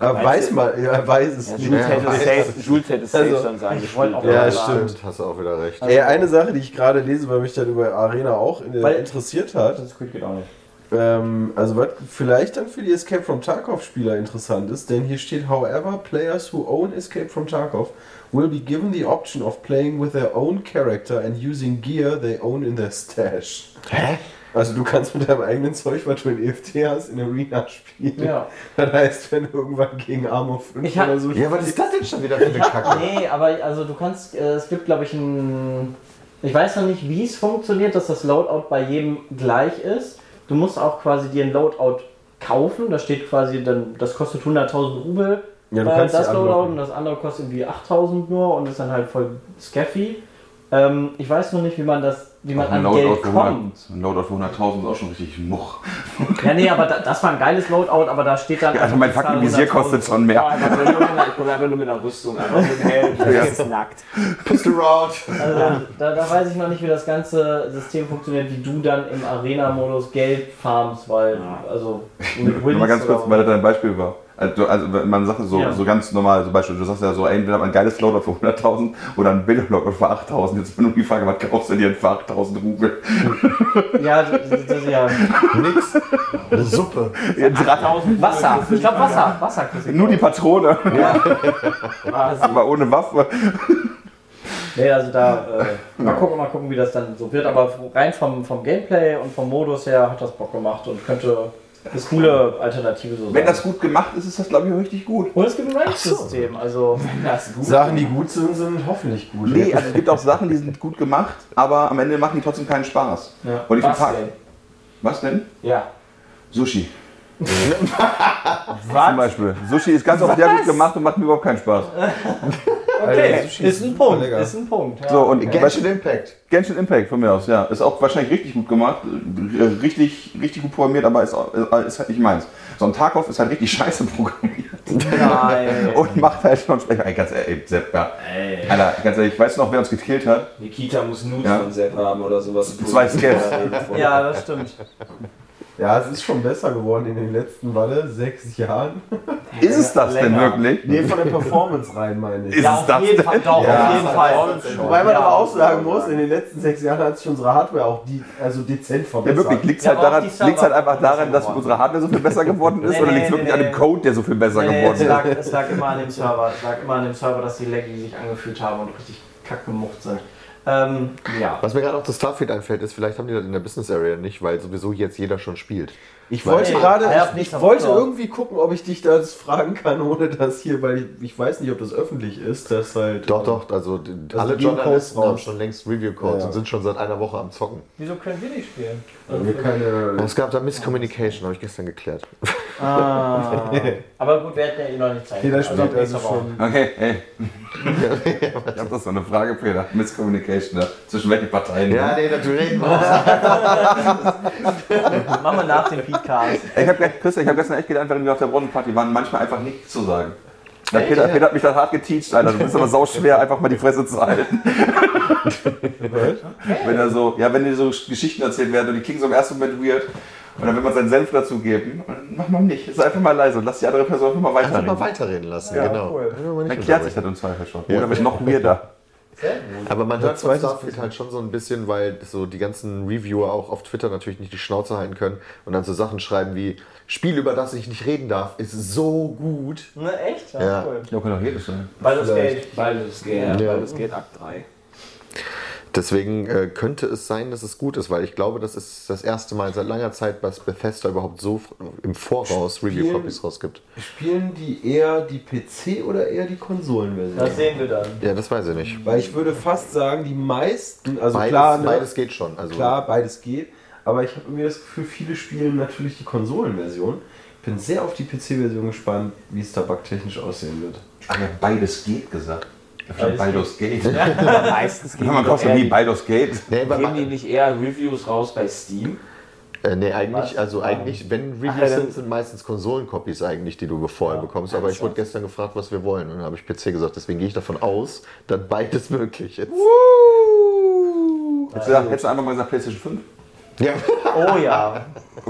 S2: Er weiß mal, er weiß es nicht.
S1: Jules hätte
S3: safe, Jules hätte safe
S2: Also,
S3: schon sein.
S4: ich wollte auch
S2: Ja,
S4: mal
S2: stimmt.
S4: sagen.
S1: Hast du auch wieder recht.
S2: Ey, eine Sache, die ich gerade lese, weil mich dann über Arena auch äh,
S4: Weil-
S2: interessiert hat.
S4: Das Squid geht auch nicht.
S2: Ähm, also was vielleicht dann für die Escape from Tarkov-Spieler interessant ist, denn hier steht, however, players who own Escape from Tarkov will be given the option of playing with their own character and using gear they own in their stash.
S1: Hä?
S2: Also du kannst mit deinem eigenen Zeug, was du in EFT hast, in Arena spielen.
S4: Ja.
S2: (laughs) Das heißt, wenn du irgendwann gegen Armor 5
S4: Ich hab-
S2: oder so
S1: Ja, was ist das denn schon wieder für eine Kacke?
S4: Nee, aber also du kannst, äh, es gibt glaube ich ein, ich weiß noch nicht, wie es funktioniert, dass das Loadout bei jedem gleich ist. Du musst auch quasi dir ein Loadout kaufen, da steht quasi dann, das kostet 100.000 Rubel,
S2: Ja, du
S4: äh,
S2: kannst
S4: das
S2: die
S4: Loadout
S2: anlocken.
S4: und das andere kostet irgendwie 8.000 nur und ist dann halt voll scaffy. Ähm, ich weiß noch nicht, wie man das, wie man an Geld
S5: Loadout für
S4: kommt.
S5: 100 ein Loadout für 100.000 ist auch schon richtig much.
S4: Ja, nee, aber da, das war ein geiles Loadout, aber da steht dann...
S5: Ja, also mein fucking Visier kostet schon
S3: Ja,
S5: mehr.
S3: einfach nur mit einer- ich komme einfach nur mit einer Rüstung, einfach mit dem Helm, das ist nackt.
S1: Pistol Round.
S4: Also, da, da weiß ich noch nicht, wie das ganze System funktioniert, wie du dann im Arena-Modus Geld farmst, weil,
S3: Ja.
S5: (laughs)
S4: also, mit
S5: Nur
S4: Wins
S5: mal ganz kurz,
S4: oder-
S5: weil das dein Beispiel war. Also, also man sagt es so,
S4: Ja.
S5: so ganz normal, zum Beispiel, du sagst ja so, entweder hat man ein geiles Loadout für 100.000 oder ein billiges Loadout für 8.000. Jetzt ist nur die Frage, was kaufst du dir denn für 8.000 Rubel?
S4: Ja, das, das ist
S5: (laughs)
S4: ja.
S1: Nix. Eine Suppe.
S4: Wasser! Ich glaube, Wasser! Wasser kriegst du.
S5: Nur die Patrone, (laughs)
S4: quasi.
S5: aber ohne Waffe.
S4: Nee, also da, äh, mal gucken, mal gucken, wie das dann so wird, aber rein vom, vom Gameplay und vom Modus her hat das Bock gemacht und könnte eine coole Alternative so sein.
S5: Wenn das gut gemacht ist, ist das, glaube ich, richtig gut.
S4: und es gibt ein Rank-System, also.
S3: Das ist gut.
S2: Sachen, die gut sind, sind hoffentlich gut.
S5: Nee, also es gibt auch Sachen, die sind gut gemacht, aber am Ende machen die trotzdem keinen Spaß.
S4: Ja.
S5: Und ich
S3: Was
S5: finde
S3: denn?
S5: Was denn?
S3: Ja.
S5: Sushi. Zum Beispiel. Sushi ist ganz oft sehr gut gemacht und macht mir überhaupt keinen Spaß.
S4: Okay, ist ein Punkt, ist ein Punkt. Ja.
S5: So, und Genshin.
S1: Genshin Impact.
S5: Genshin Impact von mir aus, ja. Ist auch wahrscheinlich richtig gut gemacht, äh, richtig, richtig gut programmiert, aber ist, auch- äh, ist halt nicht meins. So ein Tarkov ist halt richtig (laughs) scheiße programmiert.
S4: Nein.
S5: Und macht halt schon Spaß. Ey, ganz ehrlich, Sepp, ja.
S3: Ey,
S5: Alter, ganz ehrlich, weißt du noch, wer uns gekillt hat?
S3: Nikita muss Nudes
S5: Ja.
S3: von Sepp haben oder sowas.
S5: Zwei Scans.
S4: Ja, das stimmt.
S2: Ja, es ist schon besser geworden in den letzten, warte, sechs Jahren.
S5: Ist es das denn
S4: länger.
S5: wirklich?
S2: Nee, (laughs) von der Performance rein, meine ich.
S5: Ist
S4: Ja,
S5: es
S4: auf
S5: das
S4: jeden
S5: denn?
S4: Fall. Doch,
S2: Ja.
S4: auf jeden Fall.
S2: Wobei man
S4: Ja.
S2: aber auch sagen muss, in den letzten sechs Jahren hat sich unsere Hardware auch die, also dezent
S5: Ja,
S2: verbessert.
S5: wirklich, liegt es
S4: Ja,
S5: halt,
S4: aber auch
S5: daran,
S4: die Server-
S5: liegt's halt einfach daran, dass
S4: geworden.
S5: unsere Hardware so viel besser geworden ist
S4: Nee,
S5: oder
S4: nee,
S5: liegt es wirklich
S4: nee,
S5: an dem
S4: nee.
S5: Code, der so viel besser
S4: Nee,
S5: geworden
S4: es,
S5: ist?
S4: lag, es lag immer an dem Server. Es lag immer an dem Server, dass die Laggy sich angefühlt haben und richtig kack gemucht sind. Ähm, ja.
S1: Was mir gerade auch zu Starfield einfällt, ist, vielleicht haben die das in der Business Area nicht, weil sowieso jetzt jeder schon spielt.
S2: Ich wollte
S4: Nee,
S2: gerade,
S4: ich hab
S2: ich,
S4: nichts
S2: ich wollte
S4: davon.
S2: irgendwie gucken, ob ich dich das fragen kann, ohne dass hier, weil ich, ich weiß nicht, ob das öffentlich ist, dass halt.
S1: Doch, doch, also d- alle
S2: Review-Codes
S1: Journalisten haben
S2: raus.
S1: schon längst Review Codes
S2: Ja, ja.
S1: und sind schon seit einer Woche am Zocken.
S4: Wieso können wir nicht spielen?
S2: Weil äh, wir keine.
S1: Es gab da Miscommunication, habe ich gestern geklärt.
S4: Ah. Aber gut, wir hätten ja eh noch nicht Zeit.
S2: Jeder
S4: Also
S2: spielt also
S4: nächste Woche.
S2: schon.
S5: Okay, hey. (laughs) ich hab das so eine Frage, Peter. Miscommunication, ne? Zwischen welchen Parteien? ne?
S1: nee, natürlich. Ja,
S4: Also, Machen wir nach dem Podcast.
S2: (laughs)
S5: Ey, Ich hab, gleich- Christian, ich habe gestern echt gedacht, während wir auf der Brunnenparty waren, manchmal einfach nichts zu sagen. Na, Peter, Peter hat mich da hart geteacht, Alter. Du bist aber sauschwer, einfach mal die Fresse zu halten. wenn er so, ja, wenn dir so Geschichten erzählt werden und die klingen so im ersten Moment weird. Und dann will man seinen Senf dazugeben. Und Mach mal nicht. Ist einfach mal leise und lass die andere Person einfach mal
S1: Einfach mal
S5: weiterreden.
S1: weiterreden lassen, genau.
S4: cool.
S1: Einfach mal nicht
S5: Dann klärt sich
S1: unterbrechen.
S5: das im Zweifel schon. Oder wird noch weirder.
S1: Aber man hört von Starfield halt schon so ein bisschen, weil so die ganzen Reviewer auch auf Twitter natürlich nicht die Schnauze halten können und dann so Sachen schreiben wie Spiel, über das ich nicht reden darf, ist so gut.
S4: Ne, echt?
S1: Ja.
S4: cool.
S5: Ja, kann auch jedes sein.
S4: Baldur's Gate.
S3: Baldur's Gate,
S1: Ja.
S3: Baldur's Gate Akt 3.
S1: Deswegen äh, könnte es sein, dass es gut ist, weil ich glaube, das ist das erste Mal seit langer Zeit, dass Bethesda überhaupt so f- im Voraus Review-Copies rausgibt.
S2: Spielen die eher die PC oder eher die
S4: Das
S2: Konsolenversion?
S4: sehen wir dann.
S1: Ja, das weiß ich nicht.
S2: Weil ich würde fast sagen, die meisten, also
S1: Beides,
S2: klar, ne,
S1: beides geht schon. Also
S2: klar, beides geht, aber ich habe irgendwie das Gefühl, viele spielen natürlich die Konsolenversion. Ich bin sehr auf die PC-Version gespannt, wie es da backtechnisch aussehen wird.
S5: Ach ja, beides geht gesagt. Ich hab schon Baldur's Gate.
S3: Meistens geben,
S5: Man
S3: die doch
S5: kostet nie
S3: eher,
S5: Baldur's Gate.
S1: Nee, aber,
S3: geben die nicht eher Reviews raus bei Steam?
S1: äh, nee eigentlich, also eigentlich, wenn Reviews
S3: Ach, ja, dann-
S1: sind, sind meistens Konsolen-Copies eigentlich, die du vorher bekommst. Aber ich wurde gestern gefragt, was wir wollen. Und dann habe ich PC gesagt. Deswegen gehe ich davon aus, dass beides (laughs) möglich ist.
S5: Hättest du, gesagt- hättest du einfach mal gesagt PlayStation 5?
S1: Ja.
S4: Oh ja.
S2: Ja,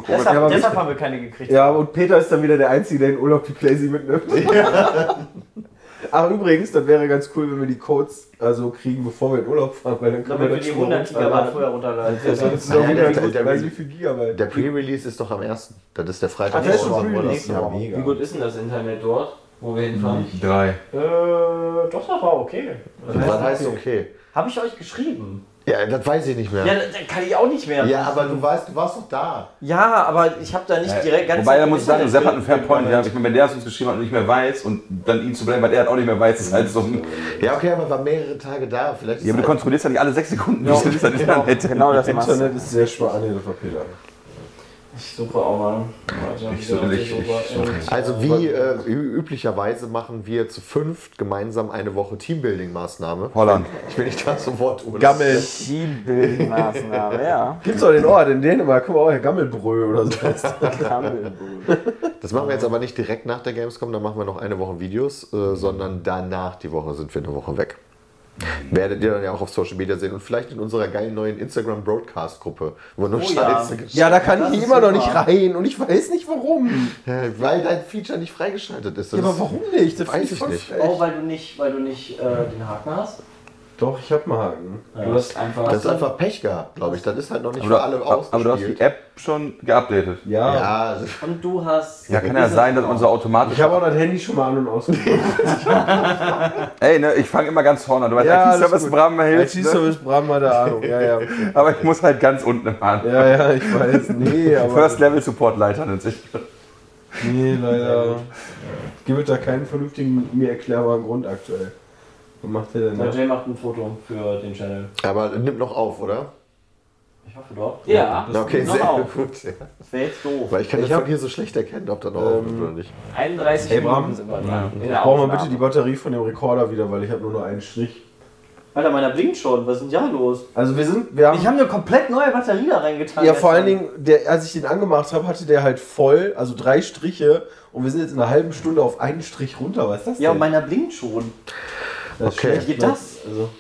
S4: Deshalb,
S2: aber
S4: deshalb haben wir keine gekriegt.
S2: Ja, und Peter ist dann wieder der Einzige, der in Urlaub die Playsee mitnimmt.
S1: (laughs)
S2: (laughs) Ach übrigens, das wäre ganz cool, wenn wir die Codes also kriegen, bevor wir in Urlaub fahren, weil dann können
S4: Damit
S2: wir
S4: wir
S2: das
S4: die
S2: schon mal
S4: 100 Gigabyte
S2: runterladen.
S4: vorher runterladen.
S2: Sonst noch
S1: Ja,
S2: wieder
S1: der- der-
S2: gut,
S1: der-
S2: weiß wie viel Gigabyte.
S1: Der Pre-Release ist doch am 1. Das ist der Freitag
S2: Ach, der ist
S1: vor
S2: schon
S1: unserem
S2: Pre-Release,
S1: Urlaub.
S2: ja, mega.
S3: Wie gut ist denn das Internet dort, wo wir hinfahren?
S5: Drei.
S4: Äh, doch, das war okay.
S1: Also, Was heißt okay?
S4: Habe ich euch geschrieben?
S1: Ja, das weiß ich nicht
S4: Ja,
S1: mehr.
S4: das das kann ich auch nicht mehr.
S1: Ja, aber du weißt, du warst doch da.
S4: Ja, aber ich habe da nicht direkt ganz.
S5: Äh, Wobei, da muss ich sagen, Sepp hat einen Fair Point. Ja, ich meine, wenn der es uns geschrieben hat und nicht mehr weiß und dann ihn zu bleiben, weil er hat auch nicht mehr weiß, ist halt so ein.
S1: Ja, okay, aber war mehrere Tage da. Vielleicht ist
S5: Ja, aber du
S1: halt-
S5: kontrollierst ja nicht alle sechs Sekunden, wie es dann Internet.
S3: Genau das machst du.
S2: Internet ist sehr schwer Ah, an Hilfe, Peter.
S4: Ich suche auch mal. Warte,
S5: Ich so-
S4: wieder auf
S5: ich-
S4: die
S5: ich
S4: Suche.
S5: suche.
S4: Und,
S1: Also wie äh, ü- üblicherweise machen wir zu fünft gemeinsam eine Woche Teambuilding-Maßnahme.
S5: Holland.
S1: Ich will nicht das Wort oder?
S2: Gammel.
S3: Teambuilding-Maßnahme, ja.
S2: Gibt's auch den Ort in Dänemark, guck mal, auch hier Gammelbrö oder so.
S1: Das machen wir jetzt aber nicht direkt nach der Gamescom, dann machen wir noch eine Woche Videos, äh, sondern danach die Woche sind wir eine Woche weg. Werdet ihr dann ja auch auf Social Media sehen und vielleicht in unserer geilen neuen Instagram-Broadcast-Gruppe, wo nur Scheiße geschieht.
S2: Ja, da kann ich immer noch nicht rein und ich weiß nicht warum.
S1: Äh, Weil dein Feature nicht freigeschaltet ist. Das
S2: Ja, aber
S1: ist-
S2: warum nicht? Das
S1: Weiß
S2: find
S1: ich
S2: voll
S1: nicht.
S2: frech.
S4: Oh, weil du nicht, weil du nicht äh, den Haken hast?
S2: Doch, ich hab mal Haken.
S3: Du hast einfach.
S1: Das ist einfach Pech gehabt, glaube ich. Das ist halt noch nicht
S5: Aber,
S1: für alle
S5: du- aber du hast die
S1: ausgespielt.
S5: App schon geupdatet.
S2: Ja.
S1: Ja, also, das-
S4: Und du hast.
S5: Ja, kann ja sein, dass unser automatisch.
S2: Ich habe auch das Handy schon mal an und aus.
S5: Ey, ne, ich fange immer ganz vorne an. Du weißt,
S2: Ja, alles
S5: IT-Service
S2: gut.
S5: Brahma hilft. Ne?
S2: IT-Service Bram hat da Ahnung. Ja, ja. okay.
S5: Aber ich muss halt ganz unten im Hand.
S2: (laughs) Ja, ja, ich weiß. (laughs) Nee, aber.
S5: First Level Support Leiter nennt sich.
S2: Nee, leider. Es Gibt da keinen vernünftigen, mir erklärbaren Grund aktuell. Was macht der denn
S4: Der
S2: da?
S4: Jay macht ein Foto für den Channel.
S1: aber nimmt noch auf, oder?
S4: Ich hoffe doch.
S3: Ja,
S1: Na, okay,
S3: noch
S1: sehr
S3: auf.
S1: gut. Ja.
S4: Das wäre jetzt doof.
S1: Weil ich kann
S2: Ich
S1: das
S2: hab-
S1: von hier so schlecht erkennen, ob da noch aufnimmt oder nicht.
S3: 31
S2: Hey,
S3: Minuten
S2: Bram.
S3: sind wir dran. In der
S2: Brauchen wir bitte
S3: Aufnahme.
S2: die Batterie von dem Rekorder wieder, weil ich habe nur noch einen Strich.
S4: Alter, meiner blinkt schon. Was ist denn da los?
S2: Also wir sind, wir haben...
S4: Ich habe eine komplett neue Batterie da reingetan.
S2: ja, vor allen
S4: gestern.
S2: Dingen, der, als ich den angemacht habe, hatte der halt voll, also drei Striche und wir sind jetzt in einer halben Stunde auf einen Strich runter. Was ist das
S4: Ja, und
S2: denn?
S4: meiner blinkt schon.
S2: das
S1: Okay.
S2: schmeckt
S4: Geht
S2: mir-
S4: das?
S2: Also,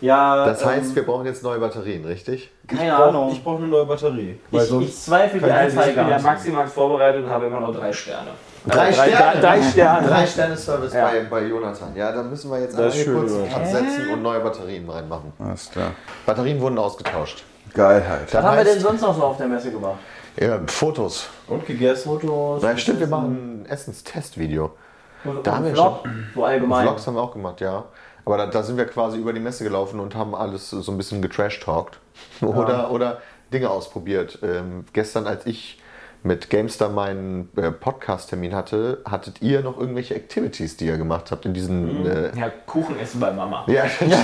S4: Ja.
S1: Das heißt,
S4: ähm, Äh,
S1: wir brauchen jetzt neue Batterien, richtig?
S4: keine
S2: ich brauch-
S4: Ahnung.
S2: Ich brauche eine neue Batterie. Weil
S4: Ich,
S2: sonst
S4: ich zweifle die
S2: kann ich
S3: Also ich
S4: Anzeige
S3: bin ja
S4: an.
S3: maximal vorbereitet und habe immer noch drei Sterne.
S1: Drei
S3: Drei, drei Sterne.
S1: Drei Sterne Service
S3: Ja.
S1: bei, bei Jonathan. Ja, dann müssen wir jetzt
S2: Das
S1: einmal
S2: ist
S1: hier
S2: schön,
S1: kurz einen
S2: Jonathan.
S1: Cut setzen und neue Batterien reinmachen.
S5: Alles klar.
S1: Batterien wurden ausgetauscht.
S5: Geilheit.
S1: Das
S4: Was haben wir denn
S1: heißt,
S4: sonst noch so auf der Messe gemacht? Äh,
S1: ja, Fotos.
S2: Und gegessen.
S4: Fotos.
S1: Na, stimmt, wir machen ein Essenstestvideo.
S4: Und,
S1: da
S4: und
S1: haben wir
S4: Vlog, so allgemein.
S1: Vlogs haben wir auch gemacht, ja. Aber da, da sind wir quasi über die Messe gelaufen und haben alles so ein bisschen getrash-talkt. (laughs) Oder, oder Dinge ausprobiert. Ähm, gestern, als ich mit Gamestar meinen äh, Podcast-Termin hatte, hattet ihr noch irgendwelche Activities, die ihr gemacht habt in diesen. Äh,
S3: Ja, Kuchen essen bei Mama.
S1: ja, Jay,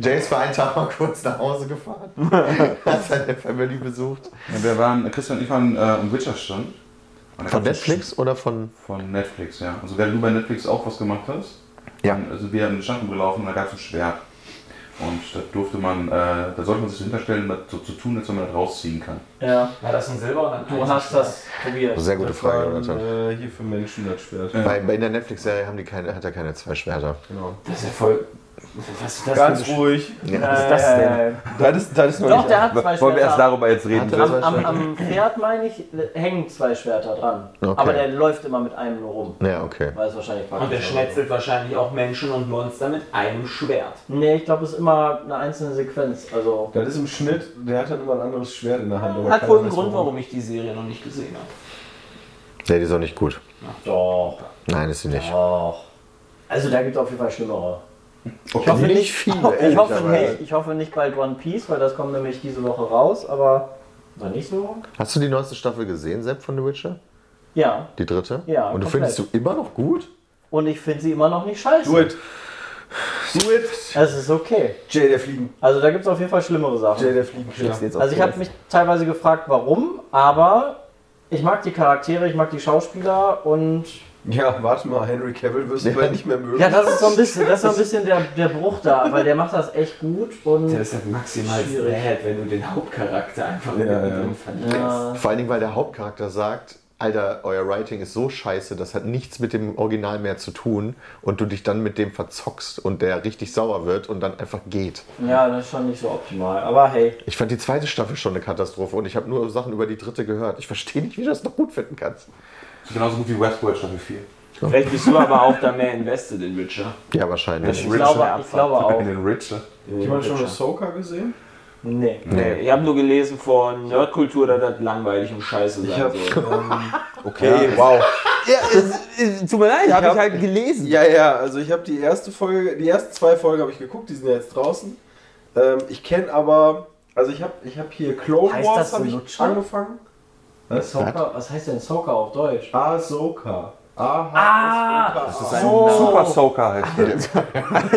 S1: Jay ist für einen Tag mal kurz nach Hause gefahren, hat seine Family besucht.
S5: Ja, wir waren, Christian und ich waren äh, im Witcher-Stand. Und da
S1: Von
S5: gab's-
S1: Netflix oder von.
S5: Von Netflix, ja. Also während du bei Netflix auch was gemacht hast,
S1: Ja.
S5: dann äh, sind wir in den Stand gelaufen und da gab es ein Schwert. Und da durfte man, äh, da sollte man sich hinterstellen, das so zu tun, als wenn man das rausziehen kann.
S4: Ja,
S3: War das ein Silber oder ein
S4: du hast das probiert.
S1: Sehr gute
S2: Das
S1: Frage,
S2: waren,
S1: Jonathan.
S2: äh, hier für Menschen das Schwert.
S5: Äh.
S2: (laughs)
S1: Bei, bei in der Netflix-Serie haben die keine, hat er keine zwei Schwerter.
S2: Genau.
S3: Das ist ja voll. Was ist das
S2: Ganz
S3: für ein
S2: ruhig.
S3: Was ist das denn?
S2: Das ist, das ist noch
S4: Äh, Doch,
S2: nicht.
S4: der hat zwei
S5: Wollen wir
S4: Schwerter.
S5: erst darüber jetzt reden? Also
S1: Hat er-
S4: am, am, am Pferd, meine ich, hängen zwei Schwerter dran.
S1: Okay.
S4: Aber der läuft immer mit einem nur rum.
S1: Ja, okay.
S4: Weil es wahrscheinlich
S3: Und der
S4: praktisch
S3: schnetzelt wahrscheinlich auch Menschen und Monster mit einem Schwert.
S4: Nee, ich glaube, es ist immer eine einzelne Sequenz. Also.
S2: Das ist im Schnitt, der hat dann immer ein anderes Schwert in der Hand. aber
S3: Hat
S2: keiner
S3: wohl einen
S2: weiß,
S3: Grund, warum ich die Serie noch nicht gesehen habe.
S1: Nee, die ist auch nicht gut.
S4: Doch.
S1: Nein, ist sie nicht.
S4: Doch. Also da gibt es auf jeden Fall schlimmere.
S1: Ich hoffe nicht viele.
S4: (laughs) Ich hoffe
S1: ehrlicherweise.
S4: nicht, ich hoffe nicht bald One Piece, weil das kommt nämlich diese Woche raus, aber. War nicht so?
S1: Hast du die neueste Staffel gesehen, Sepp, von The Witcher?
S4: Ja.
S1: Die dritte?
S4: Ja,
S1: Und du
S4: komplett.
S1: findest du immer noch gut?
S4: Und ich finde sie immer noch nicht scheiße.
S2: Do it. Do it.
S4: Es ist okay.
S2: Jay, der Fliegen.
S4: Also da gibt es auf jeden Fall schlimmere Sachen.
S2: Jay, der Fliegenschlag.
S4: Also ich habe mich teilweise gefragt, warum, aber ich mag die Charaktere, ich mag die Schauspieler und
S2: Ja, warte mal, Henry Cavill wirst du bald nicht mehr mögen.
S4: ja, das ist so ein bisschen, das ist so ein bisschen der, der Bruch da, weil der macht das echt gut
S3: Der
S4: und
S3: ist halt maximal
S4: Schwierig.
S3: sad, wenn du den Hauptcharakter einfach mit
S2: Ja,
S3: dem
S2: ja.
S3: verlierst.
S4: ja,
S1: Vor allen Dingen, weil der Hauptcharakter sagt, Alter, euer Writing ist so scheiße, das hat nichts mit dem Original mehr zu tun und du dich dann mit dem verzockst und der richtig sauer wird und dann einfach geht.
S4: ja, das ist schon nicht so optimal, aber hey,
S1: Ich fand die zweite Staffel schon eine Katastrophe und ich habe nur Sachen über die dritte gehört. Ich verstehe nicht, wie du das noch gut finden kannst.
S5: Das ist genauso gut wie Westworld Staffel 4.
S3: Vielleicht bist du aber auch da mehr invested in Witcher.
S1: Ja, wahrscheinlich.
S4: ich glaube, ich glaube auch,
S5: In den
S2: ne?
S5: Richer.
S2: Jemand schon Ahsoka gesehen?
S4: nee.
S3: Nee, ich habe nur gelesen von Nerdkultur, dass das langweilig und scheiße sein
S2: hab- ähm,
S3: soll.
S2: also, (laughs) Okay, wow.
S3: Tut mir leid, habe
S2: hab-
S3: halt gelesen.
S2: Ja, ja, also ich habe die erste Folge, die ersten zwei Folgen habe ich geguckt, die sind ja jetzt draußen. Ähm, ich kenne aber, also ich habe ich hab hier Clone
S4: Heißt das
S2: Wars hab
S4: so
S2: ich
S4: Lutscher?
S2: angefangen. (laughs) Was?
S4: Soka, was heißt denn Soka auf Deutsch?
S2: Ahsoka. Ah, das ist
S4: So.
S5: Super Soaker heißt der.
S1: halt